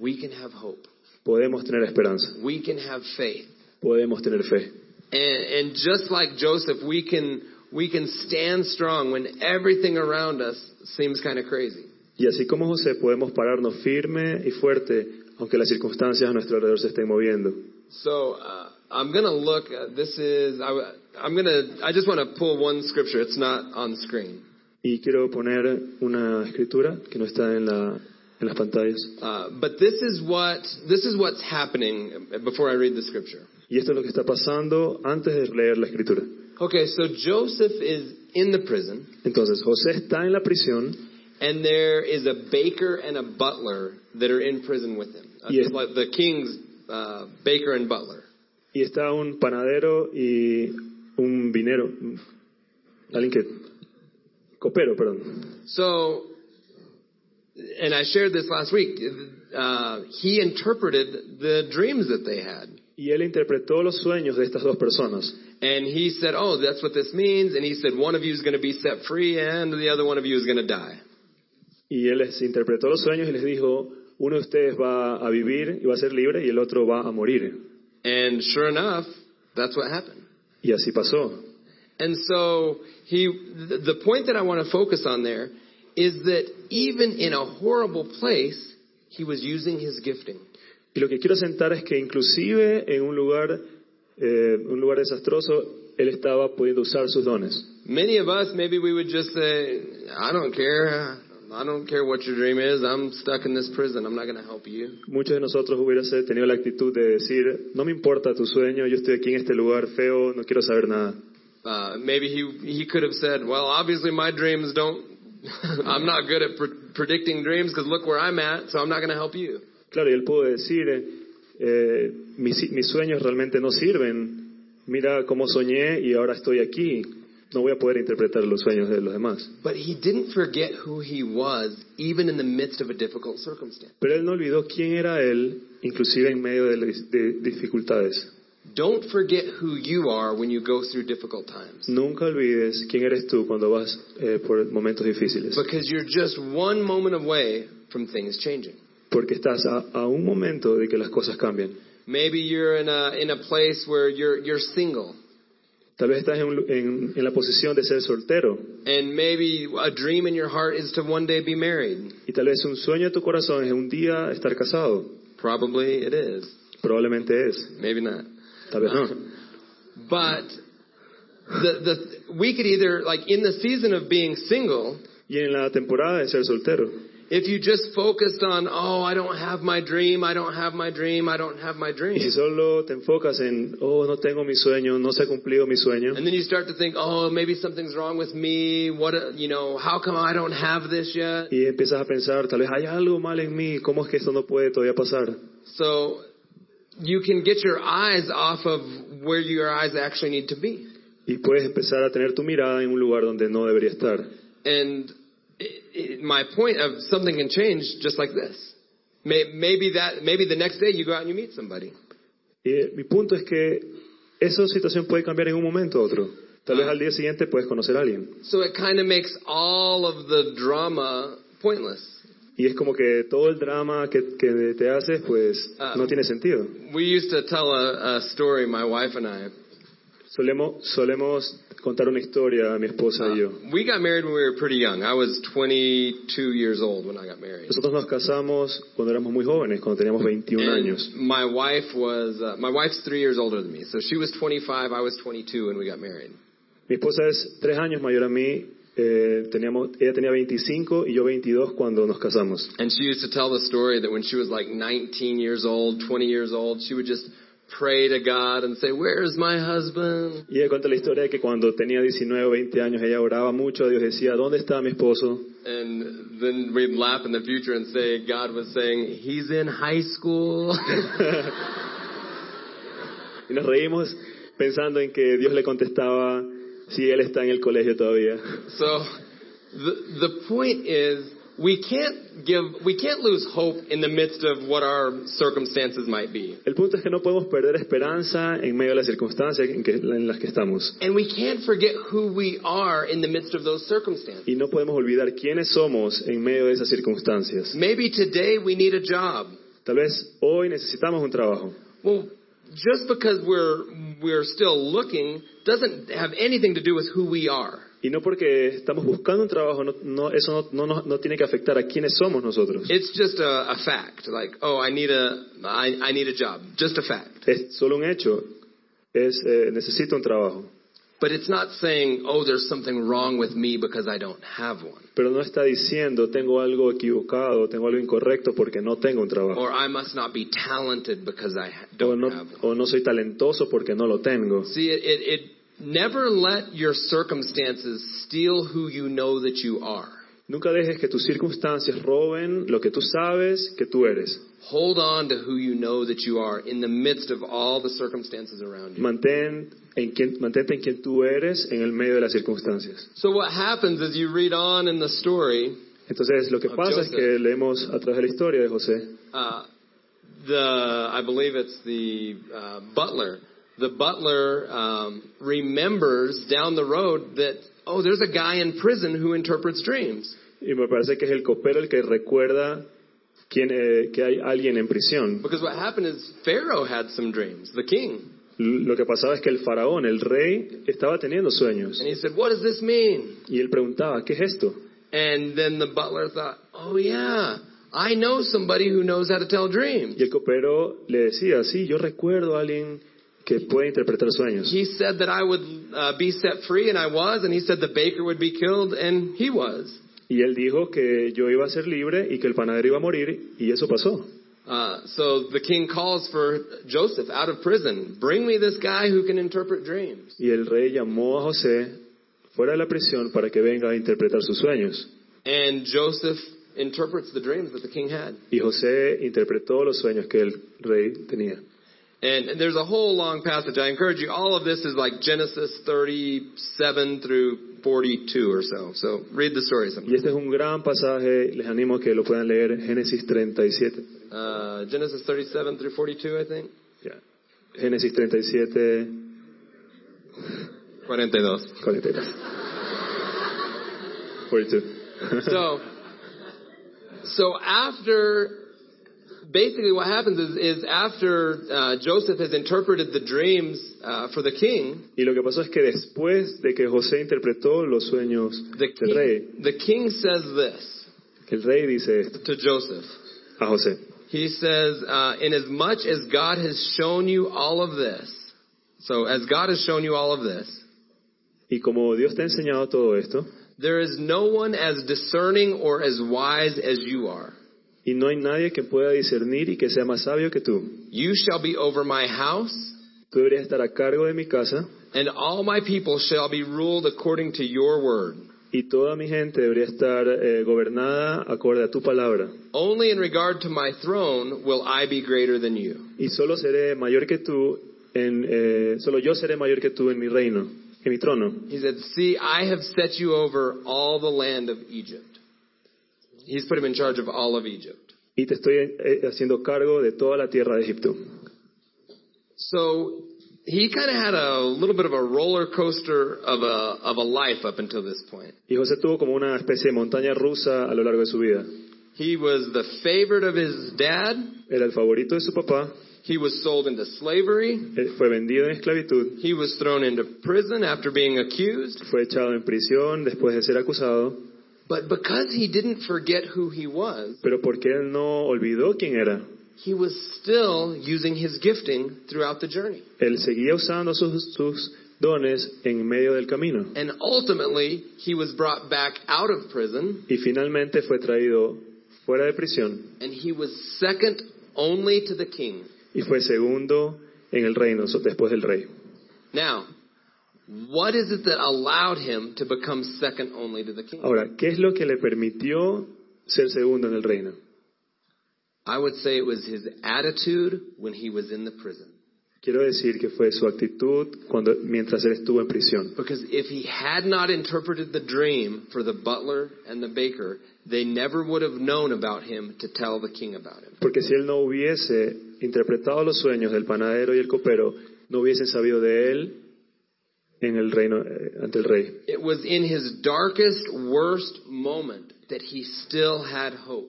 Speaker 1: we can have hope.
Speaker 2: podemos tener esperanza,
Speaker 1: We can have faith.
Speaker 2: podemos tener fe.
Speaker 1: And, and just like Joseph, we can, we can stand strong when everything around us seems kind of crazy.
Speaker 2: Y así como José, podemos pararnos firme y fuerte, aunque las circunstancias a nuestro alrededor se estén moviendo.
Speaker 1: So uh, I'm going to look. Uh, this is, I, w- I'm going to, I just want to pull one scripture. It's not on screen.
Speaker 2: Y quiero poner una escritura que no está en, la- en las pantallas.
Speaker 1: Uh, but this is what this is what's happening before I read the scripture.
Speaker 2: Y esto es lo que está pasando antes de leer la escritura.
Speaker 1: Okay, so Joseph is in the prison,
Speaker 2: Entonces, José está en la prisión
Speaker 1: and there is a baker and a butler that are in prison with him. Uh,
Speaker 2: Yes.
Speaker 1: Like the king's uh, baker and butler.
Speaker 2: y está un panadero y un vinero. Alguien que... Copero, perdón.
Speaker 1: So, and I shared this last week. Uh, he interpreted the dreams that they had.
Speaker 2: Y él interpretó los sueños de estas dos personas.
Speaker 1: And he said, Oh, that's what this means. And he said, One of you is going to be set free, and the other one of you is going to die.
Speaker 2: Y él les interpretó los sueños y les dijo, uno de ustedes va a vivir y va a ser libre y el otro va a morir.
Speaker 1: And sure enough, that's what happened.
Speaker 2: Y así pasó.
Speaker 1: And so he, th- the point that I want to focus on there is that even in a horrible place, he was using his gifting.
Speaker 2: Y lo que quiero sentar es que inclusive en un lugar, eh, un lugar desastroso, él estaba pudiendo usar sus dones.
Speaker 1: Many of us, maybe we would just say, I don't care. I don't care what your dream is. I'm stuck in this prison. I'm not going to help you.
Speaker 2: Muchos de nosotros hubiéramos tenido la actitud de decir, no me importa tu sueño, yo estoy aquí en este lugar feo, no quiero saber nada.
Speaker 1: Uh, maybe he, he could have said, well, obviously my dreams don't, I'm not good at pre- predicting dreams because look where I'm at, so I'm not going to help you.
Speaker 2: Claro, y él pudo decir, eh, eh, mis, mis sueños realmente no sirven, mira cómo soñé y ahora estoy aquí, no voy a poder interpretar los sueños de los demás.
Speaker 1: But he didn't forget who he was, even in the midst of a difficult circumstance.
Speaker 2: Pero él no olvidó quién era él, inclusive en medio de, las- de dificultades.
Speaker 1: Don't forget who you are when you go through difficult times.
Speaker 2: Nunca olvides quién eres tú cuando vas eh, por momentos difíciles,
Speaker 1: Because you're just one moment away from things changing.
Speaker 2: porque estás a, a un momento de que las cosas cambien.
Speaker 1: Maybe you're in a, in a place where you're, you're single,
Speaker 2: Tal vez estás en, un lu- en- en la posición de ser soltero
Speaker 1: and maybe a dream in your heart is to one day be married.
Speaker 2: y tal vez un sueño de tu corazón es un día estar casado.
Speaker 1: Probably it is.
Speaker 2: Probablemente es,
Speaker 1: Maybe not.
Speaker 2: tal vez no.
Speaker 1: But the, the, we could either, like in the season of being single,
Speaker 2: Y en la temporada de ser soltero,
Speaker 1: if you just focused on, oh, I don't have my dream, I don't have my dream, I don't have my
Speaker 2: y si
Speaker 1: dream.
Speaker 2: solo te enfocas en, oh, no tengo mi sueño, no se ha cumplido mi sueño,
Speaker 1: And then you start to think, oh, maybe something's wrong with me. What, a- you know, how come I don't have this yet?
Speaker 2: y empiezas a pensar, tal vez hay algo mal en mí, ¿cómo es que esto no puede todavía pasar?
Speaker 1: So you can get your eyes off of where your eyes actually need to be.
Speaker 2: Y puedes empezar a tener tu mirada en un lugar donde no debería estar.
Speaker 1: And it, it, my point of something can change just like this. May, maybe that, maybe the next day you go out and you meet somebody.
Speaker 2: Y eh, mi punto es que esa situación puede cambiar en un momento a otro. Tal vez al día siguiente puedes conocer a alguien.
Speaker 1: So it kind of makes all of the drama pointless.
Speaker 2: Y es como que todo el drama que, que te haces, pues
Speaker 1: Ah.
Speaker 2: no tiene sentido.
Speaker 1: We used to tell a, a story, my wife and I.
Speaker 2: Solemos, solemos contar una historia a mi esposa
Speaker 1: Ah.
Speaker 2: y yo.
Speaker 1: We got married when we were pretty young. I was 22 years old when I got married.
Speaker 2: Nosotros nos casamos cuando éramos muy jóvenes, cuando teníamos 21
Speaker 1: Ah.
Speaker 2: años.
Speaker 1: And my wife was uh, my wife's three years older than me, so she was 25. I was 22 when we got married.
Speaker 2: Mi esposa es tres años mayor a mí. eh, teníamos, ella tenía 25 y yo 22 cuando nos casamos.
Speaker 1: And she used to tell the story that when she was like 19 years old, 20 years old, she would just pray to God and say, "Where's my husband?"
Speaker 2: Y ella cuenta la historia de que cuando tenía 19 o 20 años ella oraba mucho a Dios, decía, ¿dónde está mi esposo?
Speaker 1: And then we'd laugh in the future and say God was saying, "He's in high school."
Speaker 2: Y nos reímos pensando en que Dios le contestaba si él está en el colegio todavía.
Speaker 1: So the the point is we can't give, we can't lose hope in the midst of what our circumstances might be.
Speaker 2: El punto es que no podemos perder esperanza en medio de las circunstancias en, que- en las que estamos.
Speaker 1: And we can't forget who we are in the midst of those circumstances.
Speaker 2: Y no podemos olvidar quiénes somos en medio de esas circunstancias.
Speaker 1: Maybe today we need a job.
Speaker 2: Tal vez hoy necesitamos un trabajo.
Speaker 1: Well, just because we're, we're still looking doesn't have anything to do with who we are.
Speaker 2: Y no porque estamos buscando un trabajo, no, no- eso no, no, nos- no tiene que afectar a quiénes somos nosotros.
Speaker 1: It's just a, a fact. Like, oh, I need a, I, I need a job. Just a fact.
Speaker 2: Es solo un hecho. Es eh, necesito un trabajo.
Speaker 1: But it's not saying, oh, there's something wrong with me because I don't have one.
Speaker 2: Pero no está diciendo tengo algo equivocado, tengo algo incorrecto porque no tengo un trabajo.
Speaker 1: Or I must not be talented because I ha-
Speaker 2: O
Speaker 1: don't
Speaker 2: no,
Speaker 1: have one.
Speaker 2: o no soy talentoso porque no lo tengo.
Speaker 1: See, it, it, it never let your circumstances steal who you know that you are.
Speaker 2: Nunca dejes que tus circunstancias roben lo que tú sabes que tú eres.
Speaker 1: Hold on to who you know that you are in the midst of all the circumstances around you.
Speaker 2: Mantén en quien, mantente en quien tú eres en el medio de las circunstancias.
Speaker 1: So what happens is you read on in the story,
Speaker 2: Entonces, lo que
Speaker 1: Ah,
Speaker 2: pasa es
Speaker 1: Joseph.
Speaker 2: que leemos a través de la historia de José.
Speaker 1: uh, the I believe it's the uh, butler. The butler um, remembers down the road that oh, there's a guy in prison who interprets dreams.
Speaker 2: Y me parece que es el copero el que recuerda quién, eh, que hay alguien en prisión.
Speaker 1: Because what happened is Pharaoh had some dreams, the king,
Speaker 2: L- Lo que pasaba es que el faraón, el rey, estaba teniendo sueños.
Speaker 1: and he said, "What does this mean?"
Speaker 2: Y él preguntaba, ¿qué es esto?
Speaker 1: And then the butler thought, "Oh yeah, I know somebody who knows how to tell dreams."
Speaker 2: Y el copero le decía, sí, yo recuerdo a alguien que puede interpretar sueños.
Speaker 1: He said that I would uh, be set free, and I was. And he said the baker would be killed, and he was.
Speaker 2: Y él dijo que yo iba a ser libre y que el panadero iba a morir, y eso pasó.
Speaker 1: Uh, so the king calls for Joseph out of prison. Bring me this guy who can interpret dreams.
Speaker 2: Y el rey llamó a José fuera de la prisión para que venga a interpretar sus sueños.
Speaker 1: And Joseph interprets the dreams that the king had.
Speaker 2: Y José interpretó los sueños que el rey tenía.
Speaker 1: And there's a whole long passage. I encourage you, all of this is like Genesis 37 through 42 or so. So read the story
Speaker 2: Y
Speaker 1: sometime.
Speaker 2: este es un gran pasaje, les animo a que lo puedan leer, Génesis 37.
Speaker 1: Uh, Genesis 37 through 42, I think.
Speaker 2: Ya. Génesis 37,
Speaker 1: 42.
Speaker 2: 42. 42.
Speaker 1: so so after basically what happens is, is after uh, joseph has interpreted the dreams uh, for the king
Speaker 2: Y lo que pasó es que después de que José interpretó los sueños
Speaker 1: the
Speaker 2: del rey,
Speaker 1: king, the king says this
Speaker 2: el rey dice esto
Speaker 1: to joseph
Speaker 2: a José.
Speaker 1: he says uh, inasmuch as god has shown you all of this so as god has shown you all of this
Speaker 2: Y como Dios te ha enseñado todo esto,
Speaker 1: there is no one as discerning or as wise as you are
Speaker 2: y no hay nadie que pueda discernir y que sea más sabio que tú,
Speaker 1: you shall be over my house
Speaker 2: tú deberías estar a cargo de mi casa
Speaker 1: And all my people shall be ruled according to your word.
Speaker 2: y toda mi gente debería estar eh, gobernada acorde a tu palabra.
Speaker 1: Only in regard to my throne will I be greater than you.
Speaker 2: y solo seré mayor que tú en eh, solo yo seré mayor que tú en mi reino en mi trono
Speaker 1: He said, See, I have set you over all the land of Egypt. He's put him in charge of all of Egypt.
Speaker 2: y te estoy eh, haciendo cargo de toda la tierra de Egipto
Speaker 1: So he kind of had a little bit of a roller coaster of a, of a life up until this point.
Speaker 2: y José tuvo como una especie de montaña rusa a lo largo de su vida
Speaker 1: He was the favorite of his dad.
Speaker 2: era el favorito de su papá
Speaker 1: He was sold into slavery.
Speaker 2: eh, fue vendido en esclavitud
Speaker 1: He was thrown into prison after being accused.
Speaker 2: fue echado en prisión después de ser acusado
Speaker 1: But because he didn't forget who he was,
Speaker 2: pero porque él no olvidó quién era
Speaker 1: he was still using his gifting throughout the journey.
Speaker 2: él seguía usando sus, sus dones en medio del camino
Speaker 1: And ultimately, he was brought back out of prison,
Speaker 2: y finalmente fue traído fuera de prisión
Speaker 1: and he was second only to the king.
Speaker 2: y fue segundo en el reino so- después del rey.
Speaker 1: Now, what is it that allowed him to become second only to the king?
Speaker 2: Ahora, ¿qué es lo que le permitió ser segundo en el reino?
Speaker 1: I would say it was his attitude when he was in the prison.
Speaker 2: Quiero decir que fue su actitud cuando, mientras él estuvo en prisión.
Speaker 1: Because if he had not interpreted the dream for the butler and the baker, they never would have known about him to tell the king about him.
Speaker 2: Porque si él no hubiese interpretado los sueños del panadero y el copero, no hubiesen sabido de él en el reino, eh, ante el rey.
Speaker 1: It was in his darkest, worst moment that he still had hope.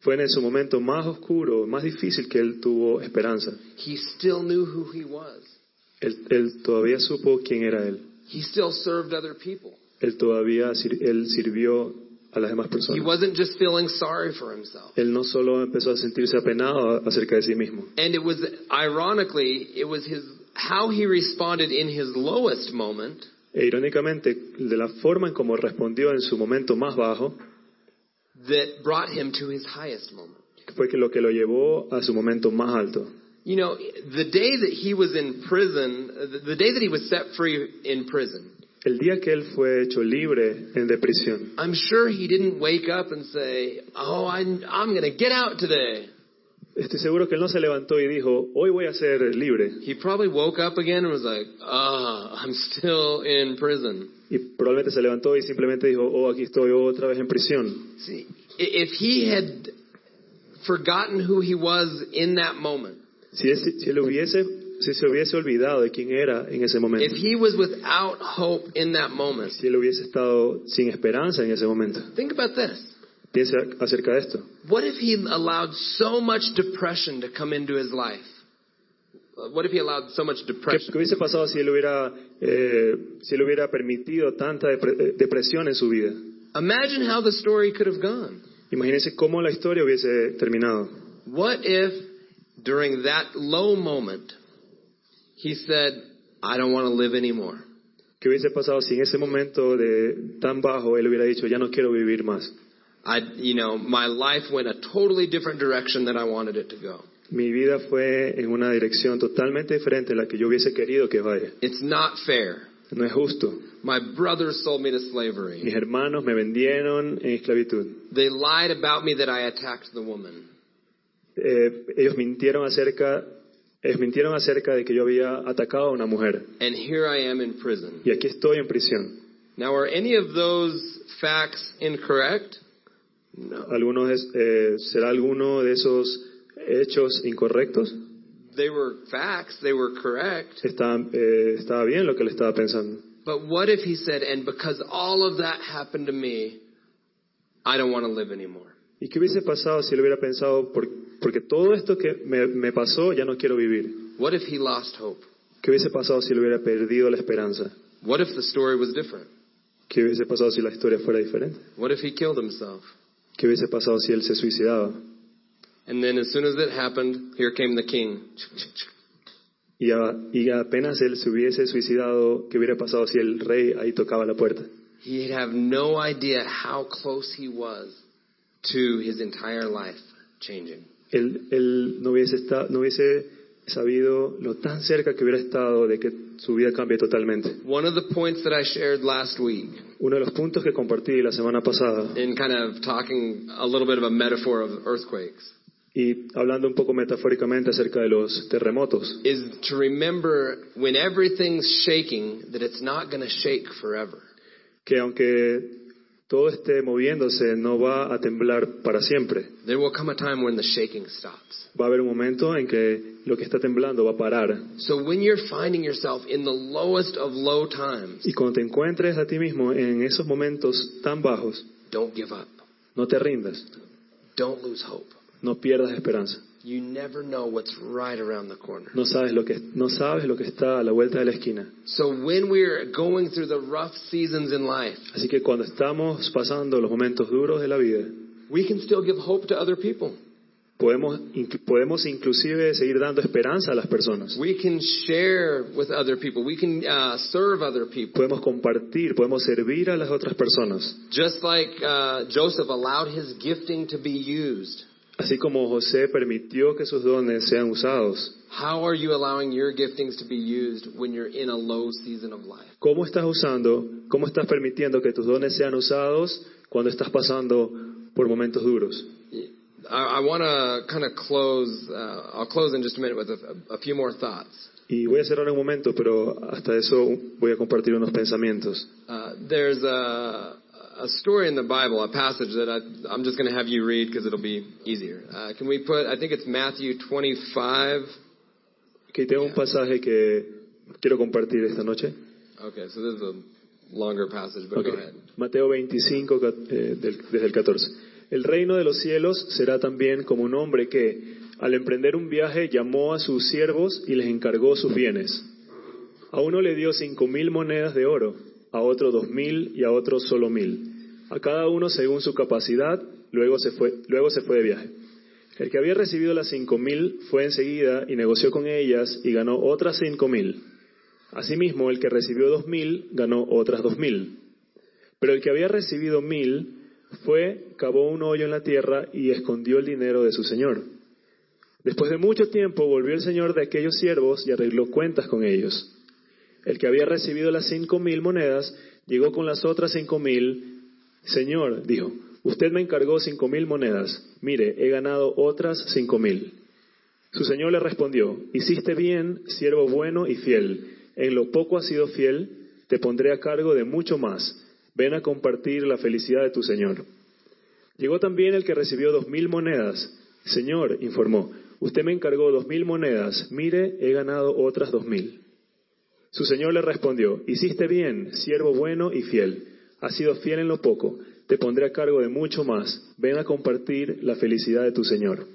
Speaker 2: Fue en su momento más oscuro, más difícil que él tuvo esperanza.
Speaker 1: He still knew who he was.
Speaker 2: Él, él todavía supo quién era él.
Speaker 1: He still served other people.
Speaker 2: Él todavía sir- él sirvió a las demás
Speaker 1: He
Speaker 2: personas.
Speaker 1: wasn't just feeling sorry for himself.
Speaker 2: Él no solo empezó a sentirse apenado a- acerca de sí mismo,
Speaker 1: And it was ironically, it was his how he responded in his lowest moment
Speaker 2: e irónicamente, de la forma en cómo respondió en su momento más bajo,
Speaker 1: that brought him to his highest moment.
Speaker 2: fue que lo que lo llevó a su momento más alto.
Speaker 1: You know, the day that he was in prison, the- the day that he was set free in prison,
Speaker 2: El día que él fue hecho libre en de prisión,
Speaker 1: I'm sure he didn't wake up and say, "Oh, I'm, I'm going to get out today."
Speaker 2: estoy seguro que él no se levantó y dijo, hoy voy a ser libre.
Speaker 1: He probably woke up again and was like, "Ah, I'm still in prison."
Speaker 2: Y probablemente se levantó y simplemente dijo, oh, aquí estoy otra vez en prisión.
Speaker 1: See, i- if he had forgotten who he was in that moment,
Speaker 2: Si, él- si él hubiese, si se hubiese olvidado de quién era en ese
Speaker 1: if
Speaker 2: momento,
Speaker 1: he was without hope in that moment,
Speaker 2: si él hubiese estado sin esperanza en ese momento.
Speaker 1: think about this.
Speaker 2: Piensa acerca de esto.
Speaker 1: What if he allowed so much depression to come into his life? Uh, What if he allowed so much
Speaker 2: ¿Qué,
Speaker 1: depression?
Speaker 2: qué hubiese pasado si él hubiera, eh, si él hubiera permitido tanta depre- eh, depresión en su vida?
Speaker 1: Imagine how the story could have gone.
Speaker 2: Imagínense cómo la historia hubiese terminado.
Speaker 1: What if during that low moment he said, I don't want to live anymore.
Speaker 2: ¿Qué hubiese pasado si en ese momento de, tan bajo él hubiera dicho, ya no quiero vivir más?
Speaker 1: I, you know, my life went a totally different direction than I wanted it to go.
Speaker 2: Mi vida fue en una dirección totalmente diferente a la que yo hubiese querido que vaya.
Speaker 1: It's not fair.
Speaker 2: No es justo.
Speaker 1: My brothers sold me to
Speaker 2: Mis
Speaker 1: slavery.
Speaker 2: hermanos me vendieron en esclavitud.
Speaker 1: They lied about me that I attacked the woman.
Speaker 2: Eh, ellos mintieron acerca, ellos mintieron acerca de que yo había atacado a una mujer.
Speaker 1: And here I am in prison.
Speaker 2: Y aquí estoy en prisión.
Speaker 1: Now, are any of those facts incorrect? No.
Speaker 2: algunos es- eh, será alguno de esos hechos incorrectos
Speaker 1: They were facts, they were correct.
Speaker 2: estaba, eh, estaba bien lo que él estaba pensando
Speaker 1: But what if he said, and because all of that happened to me, I don't want to live anymore?
Speaker 2: y qué hubiese pasado si él hubiera pensado por- porque todo esto que me, me pasó ya no quiero vivir
Speaker 1: What if he lost hope?
Speaker 2: qué hubiese pasado si él hubiera perdido la esperanza
Speaker 1: What if the story was different?
Speaker 2: qué hubiese pasado si la historia fuera diferente
Speaker 1: What if he killed himself?
Speaker 2: qué hubiese pasado si él se suicidaba
Speaker 1: And then, as soon as it happened, here came the king.
Speaker 2: y, a- y apenas él se hubiese suicidado qué hubiera pasado si el rey ahí tocaba la puerta
Speaker 1: He'd have no idea how close he was to his entire life changing.
Speaker 2: él, él no, hubiese esta- no hubiese sabido lo tan cerca que hubiera estado de que su vida cambie totalmente.
Speaker 1: One of the points that I shared last week
Speaker 2: Uno de los puntos que compartí la semana pasada,
Speaker 1: in kind of talking a little bit of a metaphor of earthquakes
Speaker 2: y hablando un poco metafóricamente acerca de los terremotos,
Speaker 1: is to remember when everything's shaking that it's not going to shake forever.
Speaker 2: que aunque todo esté moviéndose, no va a temblar para siempre.
Speaker 1: There will come a time when the shaking stops.
Speaker 2: Va a haber un momento en que lo que está temblando va a parar.
Speaker 1: So when you're finding yourself in the lowest of low times,
Speaker 2: Y cuando te encuentres a ti mismo en esos momentos tan bajos,
Speaker 1: don't give up.
Speaker 2: no te rindas,
Speaker 1: Don't lose hope.
Speaker 2: no pierdas esperanza.
Speaker 1: You never know what's right around the corner.
Speaker 2: No sabes lo que, no sabes lo que está a la vuelta de la esquina.
Speaker 1: So when we're going through the rough seasons in life,
Speaker 2: Así que cuando estamos pasando los momentos duros de la vida,
Speaker 1: we can still give hope to other people.
Speaker 2: podemos, inclu- podemos inclusive seguir dando esperanza a las personas.
Speaker 1: We can share with other people. We can uh, serve other people.
Speaker 2: Podemos compartir, podemos servir a las otras personas.
Speaker 1: Just like uh, Joseph allowed his gifting to be used,
Speaker 2: Así como José permitió que sus dones sean usados.
Speaker 1: how are you allowing your giftings to be used when you're in a low season of life?
Speaker 2: ¿Cómo estás usando, cómo estás permitiendo que tus dones sean usados cuando estás pasando por momentos duros?
Speaker 1: I, I want to kind of close. Uh, I'll close in just a minute with a, a few more thoughts.
Speaker 2: Y voy a cerrar en un momento, pero hasta eso voy a compartir unos pensamientos.
Speaker 1: Uh, there's a, a story in the Bible, a passage that I, I'm just going to have you read because it'll be easier. Uh, can we put? I think it's Matthew 25.
Speaker 2: Aquí tengo un pasaje que quiero compartir esta noche.
Speaker 1: Okay, so this is a longer passage, but
Speaker 2: Ok.
Speaker 1: go ahead.
Speaker 2: Mateo 25, ca- eh, del- desde el 14. El reino de los cielos será también como un hombre que, al emprender un viaje, llamó a sus siervos y les encargó sus bienes. A uno le dio cinco mil monedas de oro, a otro dos mil y a otro solo mil. A cada uno según su capacidad, luego se fue, luego se fue de viaje. El que había recibido las cinco mil fue enseguida y negoció con ellas y ganó otras cinco mil. Asimismo, el que recibió dos mil ganó otras dos mil. Pero el que había recibido mil fue, cavó un hoyo en la tierra y escondió el dinero de su señor. Después de mucho tiempo volvió el señor de aquellos siervos y arregló cuentas con ellos. El que había recibido las cinco mil monedas llegó con las otras cinco mil. Señor, dijo, usted me encargó cinco mil monedas. Mire, he ganado otras cinco mil. Su señor le respondió, hiciste bien, siervo bueno y fiel. En lo poco has sido fiel, te pondré a cargo de mucho más. Ven a compartir la felicidad de tu señor. Llegó también el que recibió dos mil monedas. Señor, informó, usted me encargó dos mil monedas. Mire, he ganado otras dos mil. Su señor le respondió, hiciste bien, siervo bueno y fiel. Has sido fiel en lo poco, te pondré a cargo de mucho más. Ven a compartir la felicidad de tu señor.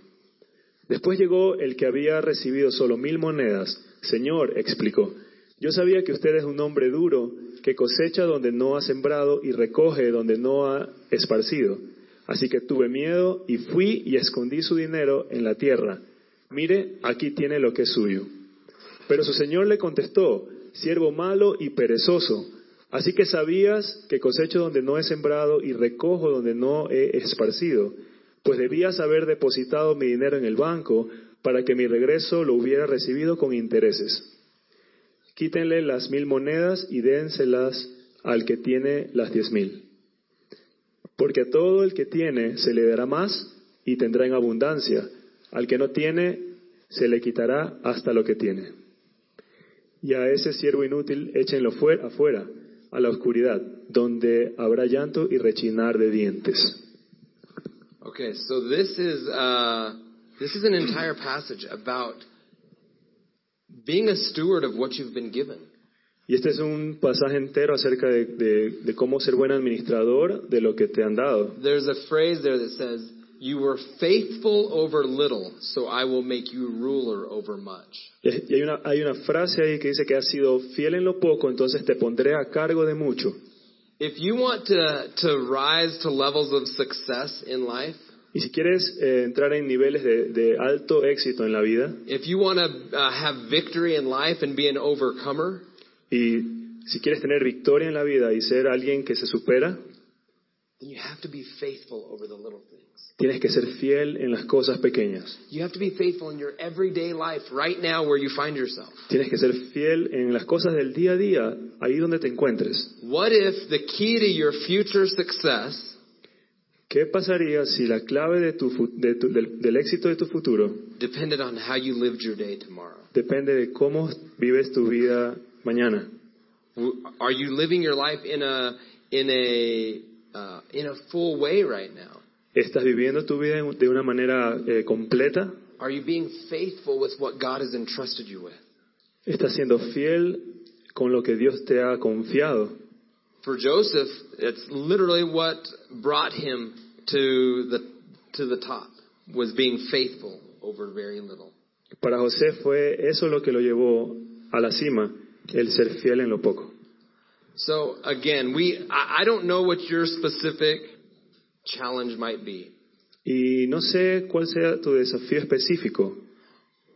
Speaker 2: Después llegó el que había recibido solo mil monedas. Señor, explicó, yo sabía que usted es un hombre duro, que cosecha donde no ha sembrado y recoge donde no ha esparcido. Así que tuve miedo y fui y escondí su dinero en la tierra. Mire, aquí tiene lo que es suyo. Pero su señor le contestó, siervo malo y perezoso. Así que sabías que cosecho donde no he sembrado y recojo donde no he esparcido, pues debías haber depositado mi dinero en el banco para que mi regreso lo hubiera recibido con intereses. Quítenle las mil monedas y dénselas al que tiene las diez mil. Porque a todo el que tiene se le dará más y tendrá en abundancia. Al que no tiene se le quitará hasta lo que tiene. Y a ese siervo inútil échenlo fuera, afuera, a la oscuridad, donde habrá llanto y rechinar de dientes.
Speaker 1: Okay, so this is uh, this is an entire passage about being a steward of what you've been given.
Speaker 2: Y este es un pasaje entero acerca de, de- de cómo ser buen administrador de lo que te han dado.
Speaker 1: There's a phrase there that says, "You were faithful over little, so I will make you ruler over much."
Speaker 2: Y y hay una, hay una frase ahí que dice que has sido fiel en lo poco, entonces te pondré a cargo de mucho.
Speaker 1: If you want to to rise to levels of success in life,
Speaker 2: Y si quieres eh, entrar en niveles de, de alto éxito en la vida
Speaker 1: if you want to uh, have victory in life and be an overcomer,
Speaker 2: y si quieres tener victoria en la vida y ser alguien que se supera,
Speaker 1: then you have to be faithful over the little things.
Speaker 2: Tienes que ser fiel en las cosas pequeñas.
Speaker 1: You have to be faithful in your everyday life right now where you find yourself.
Speaker 2: Tienes que ser fiel en las cosas del día a día, ahí donde te encuentres.
Speaker 1: What if the key to your future success
Speaker 2: ¿Qué pasaría si la clave de tu fu- de tu- del, del éxito de tu futuro
Speaker 1: depended on how you lived your day tomorrow?
Speaker 2: depende de cómo vives tu vida mañana?
Speaker 1: W- Are you living your life in a in a uh, in a full way right now?
Speaker 2: ¿Estás viviendo tu vida en- de una manera eh, completa?
Speaker 1: Are you being faithful with what God has entrusted you with?
Speaker 2: ¿Estás siendo fiel con lo que Dios te ha confiado?
Speaker 1: For Joseph, it's literally what brought him to the to the top was being faithful over very little.
Speaker 2: Para José fue eso lo que lo llevó a la cima, el ser fiel en lo poco.
Speaker 1: So again, we I, I don't know what your specific challenge might be.
Speaker 2: Y no sé cuál sea tu desafío específico,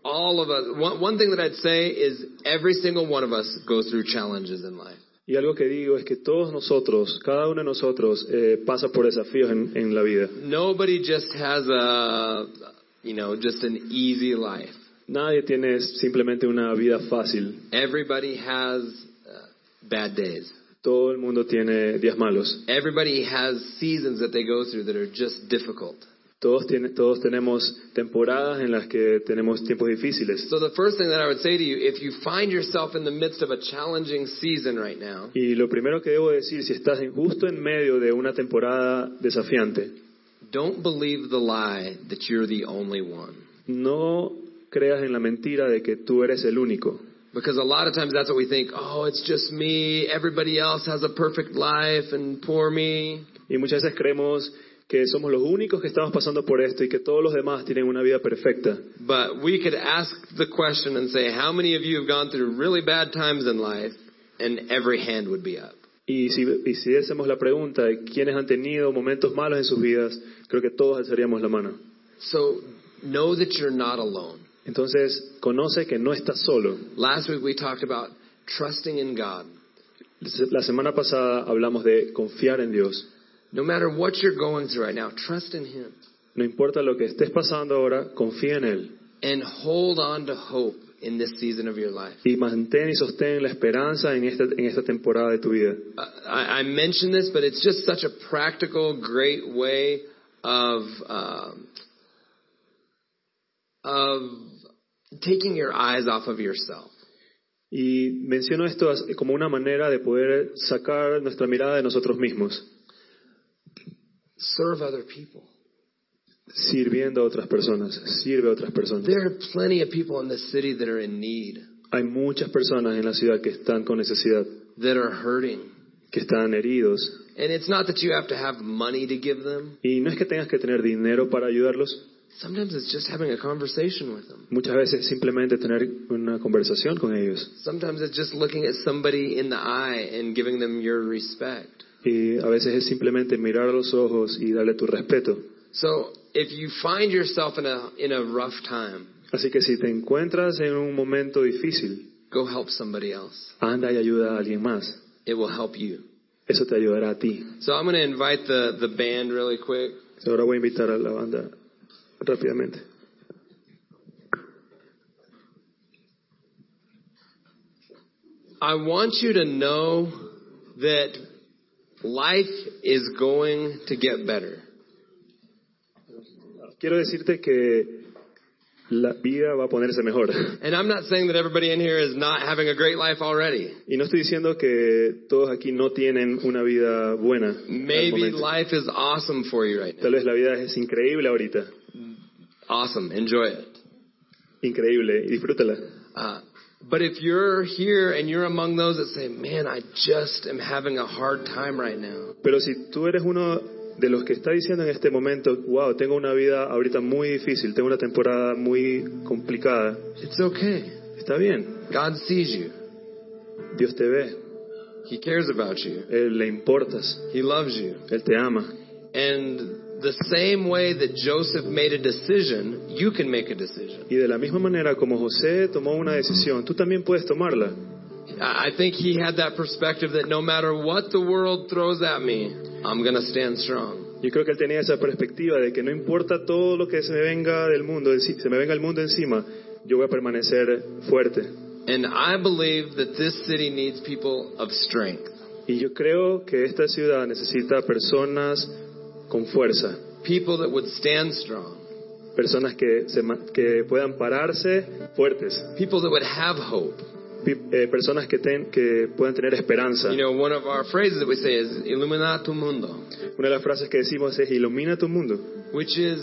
Speaker 1: all of us one, one thing that i'd say is every single one of us goes through challenges in life
Speaker 2: Y algo que digo es que todos nosotros, cada uno de nosotros, eh, pasa por desafíos en, en la vida.
Speaker 1: nobody just has a you know just an easy life
Speaker 2: Nadie tiene simplemente una vida fácil.
Speaker 1: everybody has uh, bad days
Speaker 2: Todo el mundo tiene días malos.
Speaker 1: everybody has seasons that they go through that are just difficult
Speaker 2: Todos, tiene- todos tenemos temporadas en las que tenemos tiempos difíciles.
Speaker 1: So the first thing that I would say to you, if you find yourself in the midst of a challenging season right now,
Speaker 2: Y lo primero que debo decir, si estás en- justo en medio de una temporada desafiante,
Speaker 1: don't believe the lie that you're the only one.
Speaker 2: no creas en la mentira de que tú eres el único.
Speaker 1: Because a lot of times that's what we think, oh, it's just me, everybody else has a perfect life, and poor me.
Speaker 2: Y muchas veces creemos que somos los únicos que estamos pasando por esto y que todos los demás tienen una vida perfecta.
Speaker 1: But we could ask the question and say, how many of you have gone through really bad times in life? And every hand would be up.
Speaker 2: Y si hiciésemos la pregunta de quiénes han tenido momentos malos en sus vidas, creo que todos alzaríamos la mano.
Speaker 1: So know that you're not alone.
Speaker 2: Entonces, conoce que no estás solo.
Speaker 1: Last week we talked about trusting in God.
Speaker 2: La semana pasada hablamos de confiar en Dios.
Speaker 1: No matter what you're going through right now, trust in Him
Speaker 2: No importa lo que estés pasando ahora, confía en Él.
Speaker 1: and hold on to hope in this season of your life.
Speaker 2: Y mantén y sostén la esperanza en esta, en esta temporada de tu vida.
Speaker 1: I, I mentioned this, but it's just such a practical, great way of um, of taking your eyes off of yourself.
Speaker 2: Y menciono esto as- como una manera de poder sacar nuestra mirada de nosotros mismos,
Speaker 1: Serve other people.
Speaker 2: sirviendo a otras personas. Sirve a otras personas.
Speaker 1: There are plenty of people in this city that are in need,
Speaker 2: Hay muchas personas en la ciudad que están con necesidad,
Speaker 1: that are hurting,
Speaker 2: que están heridos.
Speaker 1: and it's not that you have to have money to give them.
Speaker 2: Y no es que tengas que tener dinero para ayudarlos.
Speaker 1: Sometimes it's just having a conversation with them.
Speaker 2: Muchas veces simplemente tener una conversación con ellos.
Speaker 1: Sometimes it's just looking at somebody in the eye and giving them your respect.
Speaker 2: Y a veces es simplemente mirar a los ojos y darle tu respeto.
Speaker 1: So if you find yourself in a in a rough time,
Speaker 2: Así que si te encuentras en un momento difícil,
Speaker 1: go help somebody else.
Speaker 2: anda y ayuda a alguien más.
Speaker 1: It will help you.
Speaker 2: Eso te ayudará a ti.
Speaker 1: So I'm going to invite the the band really quick.
Speaker 2: Ahora voy a invitar a la banda rápidamente.
Speaker 1: I want you to know that life is going to get better.
Speaker 2: Quiero decirte que la vida va a ponerse mejor.
Speaker 1: And I'm not saying that everybody in here is not having a great life already.
Speaker 2: Y no estoy diciendo que todos aquí no tienen una vida buena. al
Speaker 1: Maybe
Speaker 2: momento.
Speaker 1: life is awesome for you right now.
Speaker 2: Tal vez la vida es increíble ahorita.
Speaker 1: Awesome. Enjoy it.
Speaker 2: Increíble. Y disfrútala.
Speaker 1: Uh, but if you're here and you're among those that say, man, I just am having a hard time right now.
Speaker 2: Pero si tú eres uno de los que está diciendo en este momento, wow, tengo una vida ahorita muy difícil, tengo una temporada muy complicada,
Speaker 1: It's okay.
Speaker 2: está bien.
Speaker 1: God sees you.
Speaker 2: Dios te ve.
Speaker 1: He cares about you.
Speaker 2: Él le importas.
Speaker 1: He loves you.
Speaker 2: Él te ama.
Speaker 1: And the same way that Joseph made a decision, you can make a decision.
Speaker 2: Y de la misma manera como José tomó una decisión, tú también puedes tomarla.
Speaker 1: I I think he had that perspective that no matter what the world throws at me, I'm going to stand strong.
Speaker 2: Yo creo que él tenía esa perspectiva de que no importa todo lo que se me venga del mundo, enci- se me venga el mundo encima, yo voy a permanecer fuerte.
Speaker 1: And I believe that this city needs people of strength.
Speaker 2: Y yo creo que esta ciudad necesita personas con fuerza,
Speaker 1: People that would stand strong.
Speaker 2: personas que, se ma- que puedan pararse fuertes,
Speaker 1: People that would have hope.
Speaker 2: pi- eh, personas que, ten- que puedan tener esperanza.
Speaker 1: You know, one of our phrases that we say is Illumina tu mundo,
Speaker 2: Una de las frases que decimos es ilumina tu mundo,
Speaker 1: which is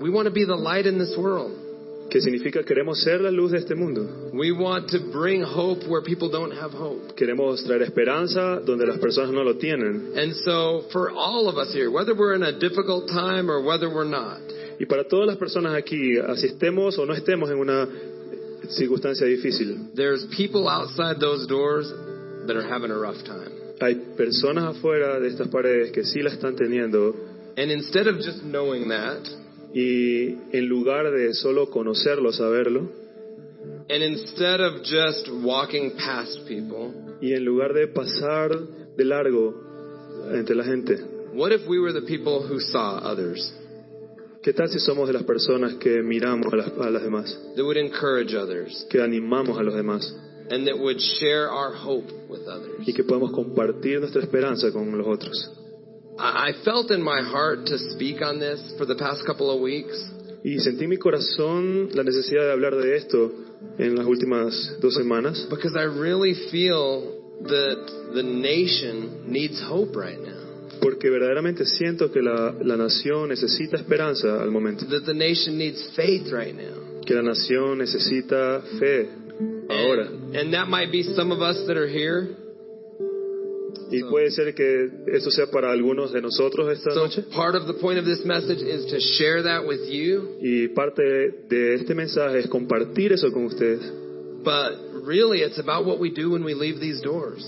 Speaker 1: we want to be the light in this world.
Speaker 2: que significa queremos ser la luz de este mundo.
Speaker 1: We want to bring hope where people don't have hope.
Speaker 2: Queremos traer esperanza donde las personas no lo tienen.
Speaker 1: And so, for all of us here, whether we're in a difficult time or whether we're not,
Speaker 2: Y para todas las personas aquí, así estemos o no estemos en una circunstancia difícil,
Speaker 1: there's people outside those doors that are having a rough time.
Speaker 2: hay personas afuera de estas paredes que sí la están teniendo
Speaker 1: And instead of just knowing that,
Speaker 2: y en lugar de solo conocerlo, saberlo,
Speaker 1: and instead of just walking past people,
Speaker 2: y en lugar de pasar de largo entre la gente,
Speaker 1: what if we were the people who saw others,
Speaker 2: ¿qué tal si somos de las personas que miramos a las, a las demás,
Speaker 1: that would encourage others,
Speaker 2: que animamos a los demás
Speaker 1: and that would share our hope with others?
Speaker 2: y que podemos compartir nuestra esperanza con los otros?
Speaker 1: I I felt in my heart to speak on this for the past couple of weeks,
Speaker 2: Y sentí en mi corazón la necesidad de hablar de esto en las últimas dos semanas,
Speaker 1: because I really feel that the nation needs hope right now.
Speaker 2: porque verdaderamente siento que la, la nación necesita esperanza al momento,
Speaker 1: That the nation needs faith right now.
Speaker 2: que la nación necesita fe ahora.
Speaker 1: And, and that might be some of us that are here.
Speaker 2: Y puede ser que esto sea para algunos de nosotros esta
Speaker 1: So
Speaker 2: noche.
Speaker 1: part of the point of this message is to share that with you,
Speaker 2: Y parte de este mensaje es compartir eso con ustedes.
Speaker 1: but really it's about what we do when we leave these doors.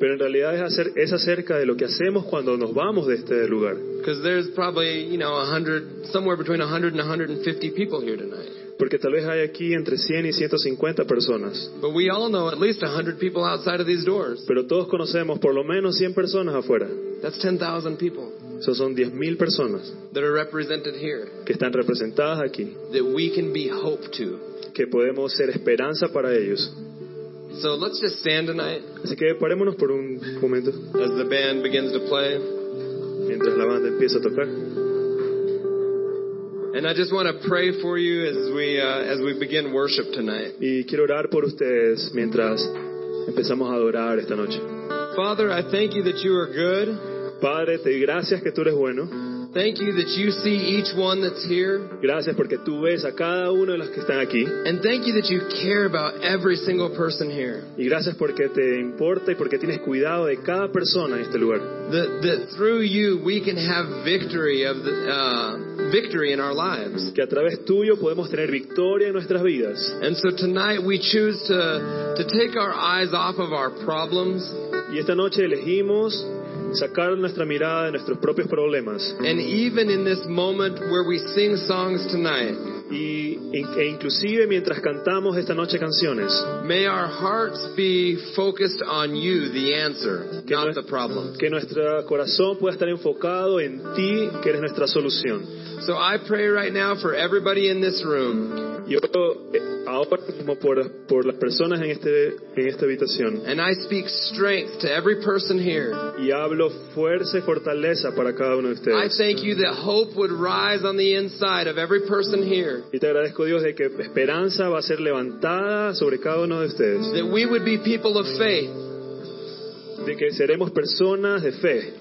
Speaker 2: Pero en realidad es, hacer, es acerca de lo que hacemos cuando nos vamos de este lugar.
Speaker 1: Because there's probably, you know, 100, somewhere between 100 and 150 people here tonight.
Speaker 2: Porque tal vez hay aquí entre 100 y 150 personas.
Speaker 1: But we all know at least 100 people outside of these doors.
Speaker 2: Pero todos conocemos por lo menos 100 personas afuera.
Speaker 1: That's 10,000 people
Speaker 2: Eso son 10.000 personas
Speaker 1: that are represented here
Speaker 2: que están representadas aquí,
Speaker 1: that we can be hope to.
Speaker 2: que podemos ser esperanza para ellos.
Speaker 1: So let's just stand tonight
Speaker 2: Así que parémonos por un momento
Speaker 1: as the band begins to play.
Speaker 2: mientras la banda empieza a tocar.
Speaker 1: And I just want to pray for you as we, uh, as we begin worship tonight.
Speaker 2: Y quiero orar por ustedes mientras empezamos a adorar esta noche.
Speaker 1: Father, I thank you that you are good.
Speaker 2: Padre, te doy gracias que tú eres bueno.
Speaker 1: Thank you that you see each one that's here.
Speaker 2: Gracias porque tú ves a cada uno de los que están aquí.
Speaker 1: And thank you that you care about every single person here.
Speaker 2: Y gracias porque te importa y porque tienes cuidado de cada persona en este lugar.
Speaker 1: That, that through you we can have victory of the, uh, victory in our lives.
Speaker 2: Que a través tuyo podemos tener victoria en nuestras vidas.
Speaker 1: And so tonight we choose to, to take our eyes off of our problems
Speaker 2: Y esta noche elegimos sacar nuestra mirada de nuestros propios problemas.
Speaker 1: and even in this moment where we sing songs tonight,
Speaker 2: Y, e inclusive mientras cantamos esta noche canciones.
Speaker 1: may our hearts be focused on you, the answer, not the problem.
Speaker 2: Que nuestro corazón pueda estar enfocado en ti, que eres nuestra solución.
Speaker 1: So I pray right now for everybody in this room
Speaker 2: Yo oro, eh, ahora mismo por, por las personas en, este, en esta habitación
Speaker 1: and I speak strength to every person here.
Speaker 2: y hablo fuerza y fortaleza para cada uno de
Speaker 1: I
Speaker 2: ustedes.
Speaker 1: thank you that hope would rise on the inside of every person here.
Speaker 2: Y te agradezco Dios de que esperanza va a ser levantada sobre cada uno de ustedes,
Speaker 1: That we would be people of faith
Speaker 2: de que seremos personas de fe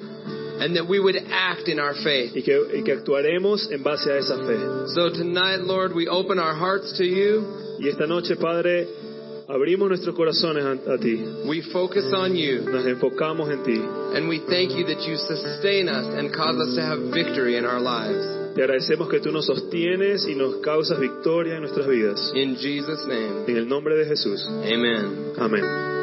Speaker 1: and that we would act in our faith.
Speaker 2: y que, y que actuaremos en base a esa fe.
Speaker 1: So tonight, Lord, we open our hearts to you.
Speaker 2: Y esta noche, Padre, abrimos nuestros corazones a, a ti,
Speaker 1: We focus on you.
Speaker 2: nos enfocamos en ti.
Speaker 1: And we thank you that you sustain us and cause us to have victory in our lives.
Speaker 2: Te agradecemos que tú nos sostienes y nos causas victoria en nuestras vidas.
Speaker 1: In Jesus' name,
Speaker 2: En el nombre de Jesús.
Speaker 1: amen.
Speaker 2: Amén.